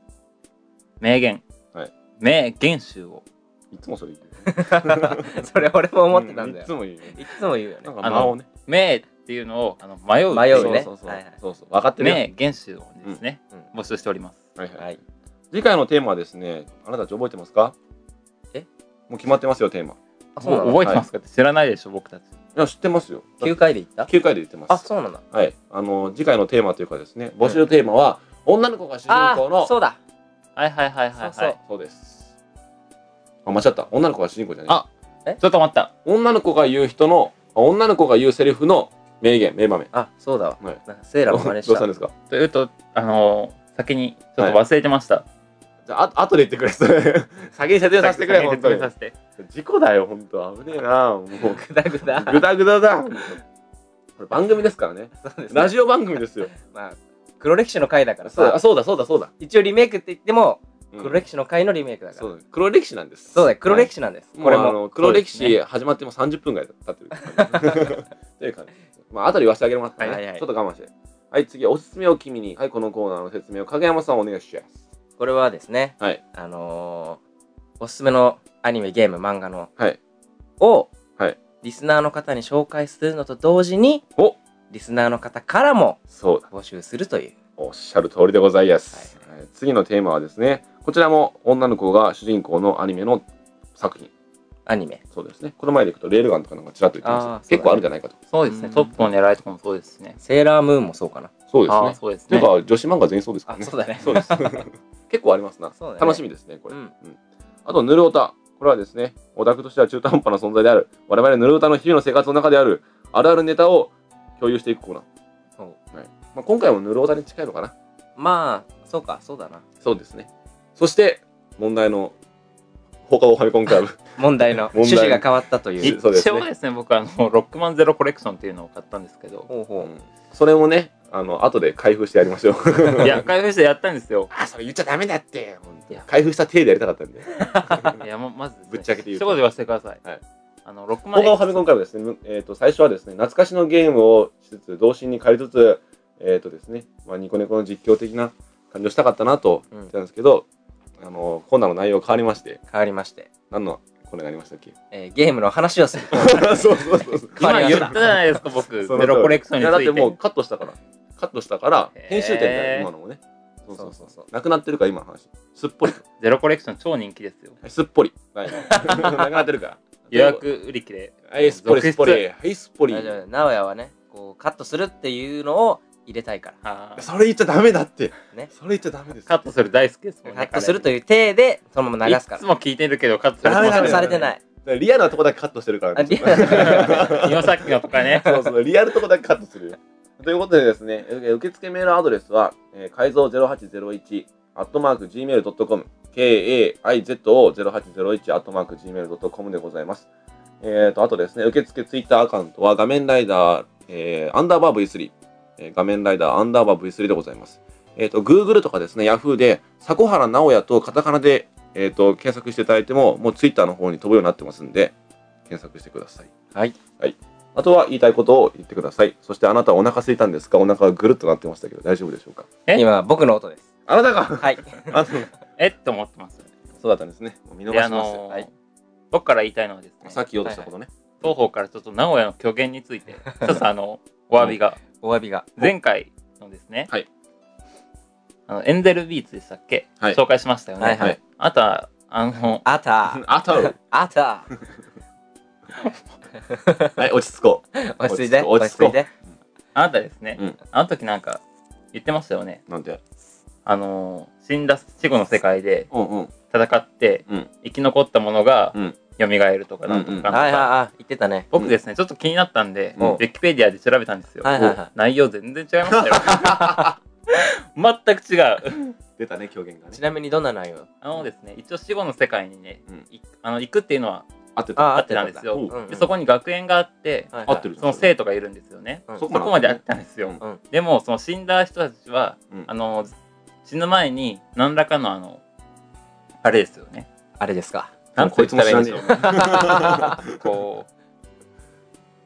[SPEAKER 2] 名言、
[SPEAKER 1] はい
[SPEAKER 2] 名言集を、
[SPEAKER 1] いつもそれ言うよ。
[SPEAKER 3] それ俺も思ってたんだ
[SPEAKER 1] うい
[SPEAKER 3] よ
[SPEAKER 1] つも言うよ。
[SPEAKER 3] いつも言うよね
[SPEAKER 1] なんか間をね。
[SPEAKER 2] 名っていうのをあの迷う
[SPEAKER 3] 迷うね
[SPEAKER 1] そうそうそう。
[SPEAKER 3] はいはい
[SPEAKER 1] そうそう。分かってるよ。
[SPEAKER 2] 名言集をですね、
[SPEAKER 3] うん
[SPEAKER 2] 募集しております。
[SPEAKER 1] はいはい
[SPEAKER 3] はい
[SPEAKER 1] 次回のテーマはですね、あなたたち覚えてますか
[SPEAKER 3] え
[SPEAKER 1] もう決まってますよ、テーマ。い
[SPEAKER 3] あそうなの
[SPEAKER 2] 覚えてますかって知らないでしょ、僕たち。
[SPEAKER 1] や、知ってますよ。
[SPEAKER 3] 9回で行った
[SPEAKER 1] 9回で言ってます。
[SPEAKER 3] あそうなんだ
[SPEAKER 1] はい。あの、次回のテーマというかですね、募集テーマは、女の子が主人
[SPEAKER 3] あ
[SPEAKER 1] 公の。
[SPEAKER 3] そうだ
[SPEAKER 2] はいはいはいはい、はい
[SPEAKER 3] そうそう
[SPEAKER 1] そうです。あ、間違った。女の子が主人公じゃない。
[SPEAKER 2] あちょっと待った。
[SPEAKER 1] 女の子が言う人の、あ女の子が言うセリフの名言、名場面。
[SPEAKER 3] あそうだわ
[SPEAKER 1] はい。
[SPEAKER 3] なんかセーラ
[SPEAKER 1] ど
[SPEAKER 3] も
[SPEAKER 1] う
[SPEAKER 3] 真
[SPEAKER 1] ど
[SPEAKER 3] 似し
[SPEAKER 1] うした
[SPEAKER 3] た
[SPEAKER 1] んですか
[SPEAKER 2] というと、あのー先にちょっと忘れてました。
[SPEAKER 1] じゃあ、あ後で言ってくれ。それ 先に説明させてくれ、
[SPEAKER 2] 先に
[SPEAKER 1] 本
[SPEAKER 2] 説
[SPEAKER 1] 当
[SPEAKER 2] 明
[SPEAKER 1] に
[SPEAKER 2] さ。せて。
[SPEAKER 1] 事故だよ、本当危ねえなもう、
[SPEAKER 3] グダグダ
[SPEAKER 1] ぐだぐだだ。 これ番組ですからね。
[SPEAKER 3] そうですね
[SPEAKER 1] ラジオ番組ですよ。
[SPEAKER 3] まあ黒歴史の回だから
[SPEAKER 1] そうだ、
[SPEAKER 3] さ
[SPEAKER 1] あそうだ、そうだ、そうだ。
[SPEAKER 3] 一応リメイクって言っても
[SPEAKER 1] うん
[SPEAKER 3] 黒歴史の回のリメイクだか
[SPEAKER 1] そ
[SPEAKER 3] ら
[SPEAKER 1] うだ黒歴史なんです。
[SPEAKER 3] そうだよ黒歴
[SPEAKER 1] 史。
[SPEAKER 3] 史なんです
[SPEAKER 1] こ
[SPEAKER 3] こ
[SPEAKER 1] れ
[SPEAKER 3] れ
[SPEAKER 1] もうあ
[SPEAKER 3] も
[SPEAKER 1] の黒歴
[SPEAKER 2] そうで
[SPEAKER 1] 史始まっても30分ぐらい経ってる 感じ。という感じです。まあ、後で言わせてあげますから
[SPEAKER 3] はいはいは
[SPEAKER 1] ね。
[SPEAKER 3] い
[SPEAKER 1] ちょっと我慢して。はい、次、おすすめを君に。はい、このコーナーの説明を影山さんお願いします。
[SPEAKER 3] これはですね
[SPEAKER 1] はい。
[SPEAKER 3] あのーおすすめのアニメゲーム漫画の
[SPEAKER 1] はい。
[SPEAKER 3] を、
[SPEAKER 1] はい
[SPEAKER 3] リスナーの方に紹介するのと同時に
[SPEAKER 1] お
[SPEAKER 3] リスナーの方からも
[SPEAKER 1] そうだ。
[SPEAKER 3] 募集するという
[SPEAKER 1] おっしゃる通りでございます。はい次のテーマはですね、こちらも女の子が主人公のアニメの作品。
[SPEAKER 3] アニメ
[SPEAKER 1] そうですね。この前でいくと、レールガンとかなんかちらっと言って
[SPEAKER 3] あーそうだ
[SPEAKER 1] ま
[SPEAKER 3] ね
[SPEAKER 1] す。結構あるんじゃないかと。
[SPEAKER 2] そうですね、トップの狙いとかもそうですしね。
[SPEAKER 3] セーラームーンもそうかな
[SPEAKER 1] そうです
[SPEAKER 2] ああ
[SPEAKER 1] ね
[SPEAKER 2] ー、。そうです
[SPEAKER 1] とい
[SPEAKER 2] ね
[SPEAKER 1] う。か、女子漫画全員そうですからね。
[SPEAKER 3] あそうだね
[SPEAKER 1] そうです。結構ありますな
[SPEAKER 3] そうだ。ね
[SPEAKER 1] 楽しみですね、こ
[SPEAKER 3] う
[SPEAKER 1] れ。
[SPEAKER 3] ん
[SPEAKER 1] あと、ぬるおた。これはですね、オタクとしては中途半端な存在である、我々ぬるおたの日々の生活の中である、あるあるネタを共有していくコーナー。
[SPEAKER 3] そう
[SPEAKER 1] まあ、今回もぬるおたに近いのかな。
[SPEAKER 3] まあそうかそうだな
[SPEAKER 1] そうですね。そして、問題の放課後ファミコンクラブ。
[SPEAKER 3] 問題の
[SPEAKER 1] 問題
[SPEAKER 3] 趣旨が変わったとい
[SPEAKER 1] じ
[SPEAKER 3] う
[SPEAKER 1] そうです
[SPEAKER 2] 一
[SPEAKER 1] ね
[SPEAKER 2] 応ですね、僕あの、ロックマンゼロコレクションっていうのを買ったんです けど、
[SPEAKER 3] ほうほう、
[SPEAKER 1] うんそれもね、あの、後で開封してやりましょう。
[SPEAKER 2] いや、開封してやったんですよ。
[SPEAKER 1] あ、それ言っちゃダメだって。本当
[SPEAKER 2] いや
[SPEAKER 1] 開封した体でやりたかったんで。
[SPEAKER 2] いや、ままずですね、
[SPEAKER 1] ぶっちゃけて言う
[SPEAKER 2] 一
[SPEAKER 1] と
[SPEAKER 2] 言言わせてください。
[SPEAKER 1] はい
[SPEAKER 2] あの、6
[SPEAKER 1] 放
[SPEAKER 2] 万
[SPEAKER 1] 課後ファミコンクラブですね、むえー、と最初はですね懐かしのゲームをしつつ童心に借りつつ、えーとですねまあ、ニコニコの実況的な感じをしたかったなと言ってたんですけど、あのコーナーの内容変わりまして
[SPEAKER 3] 変わりまして、
[SPEAKER 1] 何のコーナーになりましたっけ
[SPEAKER 3] えーゲームの話をするコーナー
[SPEAKER 1] そうそうそうそう
[SPEAKER 3] 変わ
[SPEAKER 2] 今
[SPEAKER 3] りま
[SPEAKER 2] 言
[SPEAKER 3] した
[SPEAKER 2] ったじゃないですか、僕。
[SPEAKER 1] その
[SPEAKER 2] ゼロコレクション
[SPEAKER 1] い
[SPEAKER 2] につ
[SPEAKER 1] やだっ
[SPEAKER 2] いて。
[SPEAKER 1] てもうカットしたからカットしたから
[SPEAKER 2] へー
[SPEAKER 1] 編集点だよ今のもねそうそうそうそうなくなってるから今の話すっぽり
[SPEAKER 2] ゼロコレクション超人気ですよ。
[SPEAKER 1] すっぽりない なくなってるから
[SPEAKER 2] 予約売り切れ。
[SPEAKER 1] はいすっぽりす
[SPEAKER 2] 続出
[SPEAKER 1] っぽりはいすっぽり
[SPEAKER 3] 大丈夫直哉はねこうカットするっていうのを入れたいか
[SPEAKER 2] あー
[SPEAKER 1] それ言っちゃダメだって
[SPEAKER 3] らね
[SPEAKER 1] それ言っちゃダメです
[SPEAKER 2] カットする大好きですもん
[SPEAKER 3] カ
[SPEAKER 2] ね。
[SPEAKER 3] ットすると
[SPEAKER 2] い
[SPEAKER 3] いう体でそのまま流すか
[SPEAKER 2] い
[SPEAKER 3] ら
[SPEAKER 2] つも聞いてるけど、カットする
[SPEAKER 1] ダメ
[SPEAKER 3] カ
[SPEAKER 1] ダ
[SPEAKER 3] ッ
[SPEAKER 1] メ
[SPEAKER 3] ト
[SPEAKER 1] ダ
[SPEAKER 3] さ
[SPEAKER 1] メ
[SPEAKER 3] れてない
[SPEAKER 1] リアルなとこだけカットしてるから
[SPEAKER 3] あ
[SPEAKER 1] ね
[SPEAKER 3] リア ル
[SPEAKER 2] 今さっきのとかね。
[SPEAKER 1] そうそう、リアルとこだけカットするよ。ということでですね、えー受付メールアドレスは、えー、改造0801、アットマーク gmail.com、kaizo0801、アットマーク gmail.com でございます。えっ、と、あとですね、受付ツイッターアカウントは、画面ライダー、えーアンダーバー V3、えー画面ライダーアンダーバー V3 でございます。えっ、と、Google とかですね、Yahoo で、迫原直也とカタカナで、えっ、と、検索していただいても、もうツイッターの方に飛ぶようになってますんで、検索してください。
[SPEAKER 2] はい。
[SPEAKER 1] あとは言いたいことを言ってください。そしてあなたはお腹空いたんですかお腹がぐるっとなってましたけど大丈夫でしょうか
[SPEAKER 2] え
[SPEAKER 3] 今僕の音です
[SPEAKER 1] あなた が
[SPEAKER 3] はい
[SPEAKER 1] あなたが
[SPEAKER 2] えっと思ってます。
[SPEAKER 1] そうだったんですね。もう見逃し
[SPEAKER 2] で、
[SPEAKER 1] ま
[SPEAKER 2] あ
[SPEAKER 1] すよ。
[SPEAKER 2] の
[SPEAKER 1] はい
[SPEAKER 2] ー、僕から言いたいのはですね、
[SPEAKER 1] さっき言おうとしたことね。
[SPEAKER 2] 東方からちょっと名古屋の虚言について、 ちょっとあの、お詫びが。
[SPEAKER 3] お詫びが
[SPEAKER 2] 前回のですね、
[SPEAKER 1] はい
[SPEAKER 2] あのエンゼルビーツでしたっけ、
[SPEAKER 1] はい
[SPEAKER 2] 紹介しましたよね、
[SPEAKER 3] はいはい
[SPEAKER 2] あとはあの
[SPEAKER 3] あた
[SPEAKER 1] あたう
[SPEAKER 3] あた
[SPEAKER 1] はい、落ち着こ
[SPEAKER 3] 落ち着いて
[SPEAKER 1] 落
[SPEAKER 3] 落
[SPEAKER 1] ち
[SPEAKER 3] ち
[SPEAKER 1] 着
[SPEAKER 3] 着
[SPEAKER 1] こう
[SPEAKER 3] いて
[SPEAKER 2] あなたですね、
[SPEAKER 1] うん
[SPEAKER 2] あの時なんか言ってましたよね
[SPEAKER 1] う。なんて。
[SPEAKER 2] あの死んだ死後の世界で
[SPEAKER 1] うんうん。
[SPEAKER 2] 戦って、
[SPEAKER 1] うん
[SPEAKER 2] 生き残ったものが
[SPEAKER 1] うん
[SPEAKER 2] 蘇るとかなんとかなんとか、
[SPEAKER 3] はいはいはい言ってたね
[SPEAKER 2] 僕ですねちょっと気になったんで、
[SPEAKER 1] うん
[SPEAKER 2] ウィキペディアで調べたんですよ、
[SPEAKER 3] はいはいはい
[SPEAKER 2] 内容全然違いましたよ全く違う
[SPEAKER 1] 出たね、狂言がね
[SPEAKER 3] ち。なみにどんな内容
[SPEAKER 2] あのですね一応死後の世界にね、
[SPEAKER 1] うん
[SPEAKER 2] いあの行くっていうのは
[SPEAKER 1] 合ってた。
[SPEAKER 3] あ
[SPEAKER 2] あってたんですよ、
[SPEAKER 1] おう
[SPEAKER 3] うんうん
[SPEAKER 2] でそこに学園があって、
[SPEAKER 3] はい
[SPEAKER 1] 合ってるじゃ
[SPEAKER 2] そ
[SPEAKER 1] ん
[SPEAKER 2] の生徒がいるんですよね、
[SPEAKER 3] うん
[SPEAKER 1] そこ
[SPEAKER 2] そこまであっ
[SPEAKER 1] 合
[SPEAKER 2] てたんですよ、
[SPEAKER 3] うん
[SPEAKER 2] でもその死んだ人たちは、
[SPEAKER 1] うん
[SPEAKER 2] あの死ぬ前に何らかのあのあれですよね
[SPEAKER 3] あれですか
[SPEAKER 2] なんて
[SPEAKER 1] こいつも
[SPEAKER 2] 言
[SPEAKER 1] 知
[SPEAKER 2] ったら
[SPEAKER 1] ら
[SPEAKER 2] いい
[SPEAKER 1] ねえよ
[SPEAKER 2] んでしょ。 うこう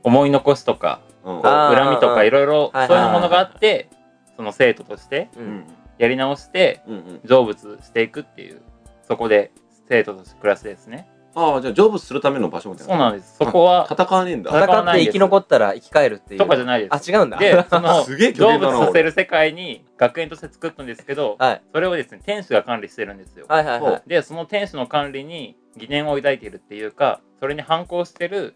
[SPEAKER 2] 思い残しとか
[SPEAKER 1] うん
[SPEAKER 2] こう
[SPEAKER 3] あー
[SPEAKER 2] 恨みとかいろいろ
[SPEAKER 3] はいはい
[SPEAKER 2] そういうものがあってその生徒として
[SPEAKER 3] う
[SPEAKER 1] うんん
[SPEAKER 2] やり直して
[SPEAKER 1] うんうん。
[SPEAKER 2] 成仏していくっていうそこで生徒として暮らすですね
[SPEAKER 1] ああ、じゃあ、成仏するための場所みたいな。
[SPEAKER 2] そうなん
[SPEAKER 1] で
[SPEAKER 2] ですそこは
[SPEAKER 1] 戦わねえんだ。
[SPEAKER 2] 戦
[SPEAKER 3] 戦
[SPEAKER 2] わ
[SPEAKER 3] っ
[SPEAKER 2] ない
[SPEAKER 3] て
[SPEAKER 2] です
[SPEAKER 3] 生き残ったら生き返るっていう
[SPEAKER 2] とかじゃないです
[SPEAKER 3] あ違うんだ
[SPEAKER 2] で、その、
[SPEAKER 1] すげえ巨
[SPEAKER 2] 成
[SPEAKER 1] 人
[SPEAKER 2] 仏
[SPEAKER 1] だな
[SPEAKER 2] させる世界に学園として作ったんですけど、
[SPEAKER 3] はい
[SPEAKER 2] それをですね、天使が管理してるんですよ。
[SPEAKER 3] はいはいはい
[SPEAKER 2] で、その天使の管理に疑念を抱いているっていうか、それに反抗してる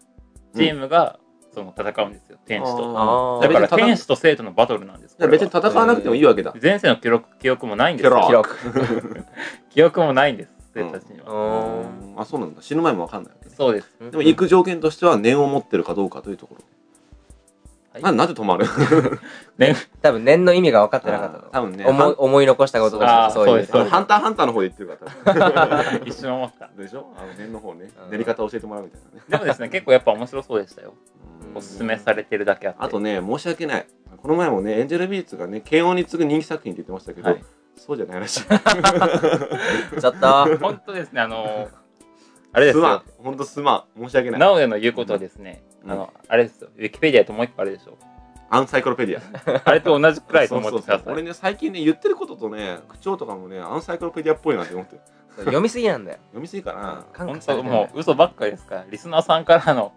[SPEAKER 2] チームが、その戦うんですよ、天使と。
[SPEAKER 1] あ
[SPEAKER 3] あ
[SPEAKER 1] ー
[SPEAKER 2] だ
[SPEAKER 3] ー
[SPEAKER 2] から
[SPEAKER 1] じゃあ別に戦
[SPEAKER 2] 天使と生徒のバトルなんです。
[SPEAKER 1] じゃあ別に
[SPEAKER 2] これは
[SPEAKER 1] 戦わなくてもいいわけだ。
[SPEAKER 2] 前世の記録記憶もないんですよ。
[SPEAKER 1] 記
[SPEAKER 3] 記
[SPEAKER 2] 記憶
[SPEAKER 3] 録
[SPEAKER 2] 記憶もないんです、生徒たちには。
[SPEAKER 3] うーん
[SPEAKER 1] あ、そうなんだ。死ぬ前もわかんないわけね。
[SPEAKER 2] そうです。
[SPEAKER 1] でも、行く条件としては、念を持ってるかどうかというとこ
[SPEAKER 2] は
[SPEAKER 1] ろ。
[SPEAKER 2] い
[SPEAKER 1] な、なぜ止まる
[SPEAKER 3] 多分念の意味が分かってなかったの
[SPEAKER 1] 多分ね。
[SPEAKER 3] 思い思い残したこととか
[SPEAKER 2] あー
[SPEAKER 3] そういう
[SPEAKER 2] そうです
[SPEAKER 1] ハンターハンターの方で言ってるから、多分
[SPEAKER 2] 一瞬思った。
[SPEAKER 1] でしょあの念の方ね
[SPEAKER 3] う。ん
[SPEAKER 1] 練り方教えてもらうみたいなね。
[SPEAKER 2] でもですね、結構やっぱ面白そうでしたよ。
[SPEAKER 1] うん
[SPEAKER 2] おすすめされてるだけあって。
[SPEAKER 1] あとね、申し訳ない。この前もね、エンジェルビーツがね、慶応に次ぐ人気作品って言ってましたけど、
[SPEAKER 2] はい
[SPEAKER 1] そうじゃないらし い。
[SPEAKER 3] ちょっと
[SPEAKER 2] 本当ですね、あの、あれです
[SPEAKER 1] すまん
[SPEAKER 2] よ。。
[SPEAKER 1] ほんとすまん。申し訳ない。
[SPEAKER 2] 直哉の言うことはですね、
[SPEAKER 1] うん
[SPEAKER 2] あの、あれですよ、ウィキペディアともう一個あれでしょ。
[SPEAKER 1] アンサイクロペディア。
[SPEAKER 2] あれと同じくらいと思ってくだ
[SPEAKER 1] そうそうそ
[SPEAKER 2] さ
[SPEAKER 1] う俺
[SPEAKER 2] い。
[SPEAKER 1] ね、最近ね、言ってることとね、口調とかもね、アンサイクロペディアっぽいなって思ってる。
[SPEAKER 3] 読みすぎなんだよ
[SPEAKER 1] 読みすぎかな。
[SPEAKER 3] 感
[SPEAKER 2] 本
[SPEAKER 3] 覚され
[SPEAKER 2] 当
[SPEAKER 3] てな
[SPEAKER 2] も
[SPEAKER 3] いう
[SPEAKER 2] 嘘ばっかりですから、リスナーさんからの、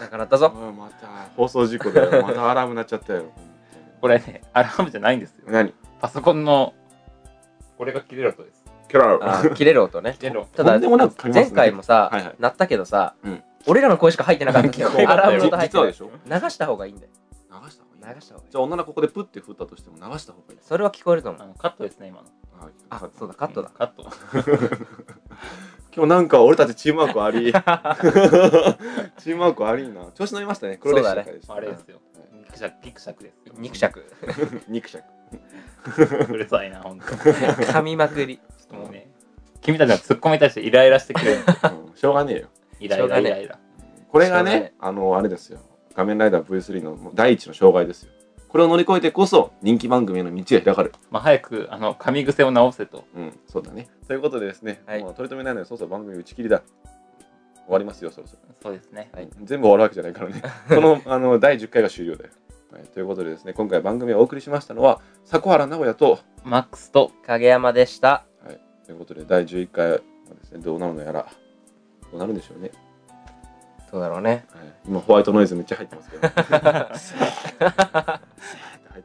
[SPEAKER 3] なくなったぞ
[SPEAKER 1] うんまた、放送事故だよ。 またアラームなっちゃったよ。
[SPEAKER 2] これね、 アラームじゃないんですよ。
[SPEAKER 1] 何
[SPEAKER 2] パソコンの、これが切れる音です。
[SPEAKER 1] キャラ ル。
[SPEAKER 3] あー切れる音ね
[SPEAKER 2] 切れる音
[SPEAKER 3] ただ
[SPEAKER 1] とんでもなく噛みますね
[SPEAKER 3] 前回もさ
[SPEAKER 1] はいはい
[SPEAKER 3] 鳴ったけどさ
[SPEAKER 1] うん
[SPEAKER 3] 俺らの声しか入ってなかったけど
[SPEAKER 2] 聞こえな
[SPEAKER 3] ア
[SPEAKER 2] か
[SPEAKER 3] ラ
[SPEAKER 2] った
[SPEAKER 3] ー
[SPEAKER 2] よ
[SPEAKER 3] ムの音入っ
[SPEAKER 1] 実はで
[SPEAKER 3] て
[SPEAKER 1] しょ
[SPEAKER 3] ない流した方がいいんだよ
[SPEAKER 1] 流した方がいい
[SPEAKER 3] 流した方がいい
[SPEAKER 1] じゃあ女の子ここでプッて振ったとしても流した方がいい
[SPEAKER 3] それは聞こえると思
[SPEAKER 2] あ
[SPEAKER 3] う
[SPEAKER 2] のカットですね、今の。
[SPEAKER 3] あそうだカットだ
[SPEAKER 2] カット。
[SPEAKER 1] 今日なんか俺たちチームワークありチームワークありな調子乗りましたね黒
[SPEAKER 3] そうだね
[SPEAKER 2] あれですよ。ギクシャク、ギクシャクですよ。
[SPEAKER 3] 肉尺
[SPEAKER 1] 肉食
[SPEAKER 2] うるさいな、本当。ちょ
[SPEAKER 3] 噛みまくり
[SPEAKER 2] っともうね、君たちのツッコミに対してイライラしてくれ る。
[SPEAKER 1] うんしょうがねえよ
[SPEAKER 2] イライライライラ。
[SPEAKER 1] これがね
[SPEAKER 3] しょうがない
[SPEAKER 1] あのあれですよ「仮面ライダー V3」の第一の障害ですよこれを乗り越えてこそ人気番組への道が開かれる
[SPEAKER 2] まあ、早く、あの、噛み癖を直せと。
[SPEAKER 1] うんそうだねということでですね、
[SPEAKER 3] はい
[SPEAKER 1] もう取り留めないのでそうそう番組打ち切りだ終わりますよそろそろ
[SPEAKER 2] そうですね。
[SPEAKER 3] はい
[SPEAKER 1] 全部終わるわけじゃないから ねこのあの第10回が終了だよ、はい、ということでですね今回番組をお送りしましたのは迫原直哉と
[SPEAKER 2] マックスと、
[SPEAKER 3] 影山でした
[SPEAKER 1] とということで第11回はですねどうなるのやらどうなるんでしょうね、
[SPEAKER 3] どうだろうね。
[SPEAKER 1] はい、今ホワイトノイズめっちゃ入ってますけ ど入ってま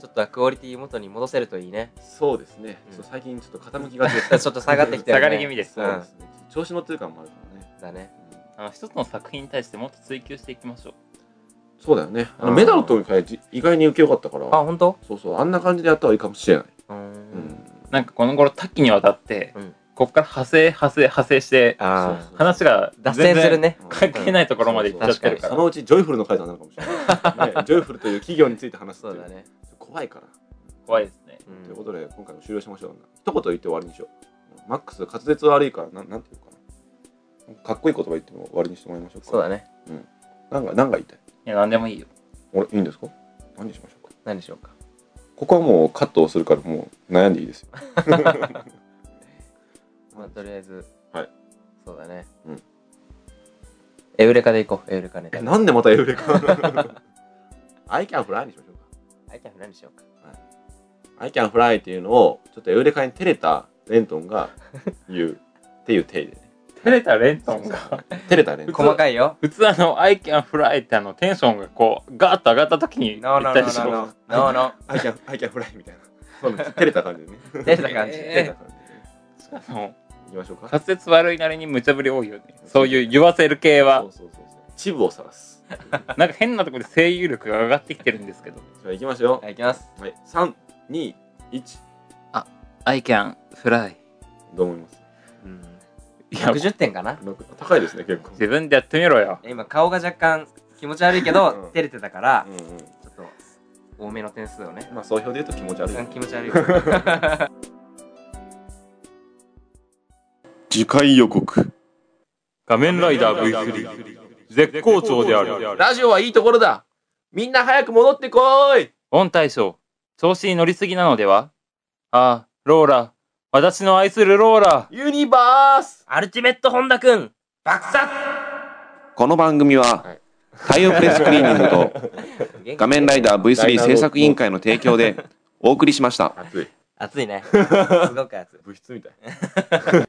[SPEAKER 3] ちょっとクオリティ元に戻せるといいね。
[SPEAKER 1] すそうですね、
[SPEAKER 3] うん
[SPEAKER 1] そう最近ちょっと傾きがちです
[SPEAKER 3] ちょっと下がってきたよね。
[SPEAKER 2] 下がり気味です
[SPEAKER 1] そうですね、調子乗ってる感もあるからね、
[SPEAKER 3] だね。
[SPEAKER 1] うん
[SPEAKER 2] あの一つの作品に対してもっと追求していきましょう
[SPEAKER 1] そうだよねあの
[SPEAKER 3] うん
[SPEAKER 1] メダルとの会じ意外に受けよかったから
[SPEAKER 3] あ、本当？
[SPEAKER 1] そうそうあんな感じでやったらいいかもしれない、
[SPEAKER 3] うーん。
[SPEAKER 2] なんかこの頃多岐にわたって、
[SPEAKER 3] うん
[SPEAKER 2] ここから派生派生派生して
[SPEAKER 1] あ
[SPEAKER 3] あ
[SPEAKER 1] ー
[SPEAKER 2] 話が
[SPEAKER 3] あ、脱線するね。
[SPEAKER 2] 関係ないところまで行っちゃってるか
[SPEAKER 1] そ
[SPEAKER 2] ら
[SPEAKER 1] のうちジョイフルの会となるかもしれない、 ねジョイフルという企業について話すってい
[SPEAKER 3] そうだね。
[SPEAKER 1] 怖いから
[SPEAKER 2] 怖いですね
[SPEAKER 3] うん
[SPEAKER 1] ということで今回も終了しましょう一言言って終わりにしようマックス滑舌悪いからなんなんていうかなかっこいい言葉言っても終わりにしてもらいましょうか
[SPEAKER 3] そうだね。
[SPEAKER 1] なんかなんか言いたい
[SPEAKER 2] いや何でもいいよ
[SPEAKER 1] 俺いいんですか何にしましょうか
[SPEAKER 3] 何でしょうか。
[SPEAKER 1] ここはもうカットをするからもう悩んでいい ですよ
[SPEAKER 3] まあとりあえず。
[SPEAKER 1] はい。
[SPEAKER 3] そうだね。
[SPEAKER 1] うん。
[SPEAKER 3] エウレカで行こう。エウレカネタ
[SPEAKER 1] え。 なんでまたエウレカ I can fly にしましょうか
[SPEAKER 3] アイキャフ何でしょうか。
[SPEAKER 1] I can fly っていうのをちょっとエウレカに照れたレントン が言うっていう体でね
[SPEAKER 2] 照れたレントンが
[SPEAKER 1] 照れたレントン
[SPEAKER 3] 細かいよ。
[SPEAKER 2] 普通あの「I can fly」ってあのテンションがこうガーッと上がった時に
[SPEAKER 3] No, no,
[SPEAKER 2] った
[SPEAKER 3] no,
[SPEAKER 2] りし
[SPEAKER 3] no,
[SPEAKER 2] ま
[SPEAKER 3] no. No, no.
[SPEAKER 1] I can, I can fly みたいなそうなんです照れた感じで ね
[SPEAKER 3] 出た感じ。
[SPEAKER 2] え
[SPEAKER 1] 照
[SPEAKER 2] ー
[SPEAKER 1] れた感じでね
[SPEAKER 2] すあの
[SPEAKER 1] 行きましょうか
[SPEAKER 2] 滑舌悪いなりに無茶ぶり多いよねそういう言わせる系は
[SPEAKER 1] そうそうそうそうチブを探すじ
[SPEAKER 2] なんか変なところで声優力が上がってきてるんですけど
[SPEAKER 1] ゃあ行きましょ
[SPEAKER 3] はい、行きます。
[SPEAKER 1] うはい三二一
[SPEAKER 2] I can fly
[SPEAKER 1] どう思います
[SPEAKER 3] うん。
[SPEAKER 2] いや
[SPEAKER 3] 60点かな。
[SPEAKER 1] なんか高いですね結構
[SPEAKER 2] 自分でやってみろよ
[SPEAKER 3] 今顔が若干気持ち悪いけ
[SPEAKER 1] う
[SPEAKER 3] ど
[SPEAKER 1] ん
[SPEAKER 3] 照れてたから
[SPEAKER 1] う、んうん
[SPEAKER 3] ちょっと多めの点数をね。
[SPEAKER 1] まあ総評で言うと気持ち悪い
[SPEAKER 3] 若干気持ち悪い。
[SPEAKER 6] 次回予告
[SPEAKER 7] 仮面ライダー V3 絶好調である
[SPEAKER 1] ラジオはいいところだみんな早く戻ってこーい
[SPEAKER 2] オン大将調子に乗りすぎなのではああローラ私の愛するローラ
[SPEAKER 1] ユニバース
[SPEAKER 3] アルティメット本田 くん爆殺
[SPEAKER 6] この番組
[SPEAKER 1] は
[SPEAKER 6] はい太陽プレスクリーニングと仮面ライダー V3 制作委員会の提供でお送りしました
[SPEAKER 1] 熱い
[SPEAKER 3] 熱いね。すごく熱い。
[SPEAKER 1] 物質みたい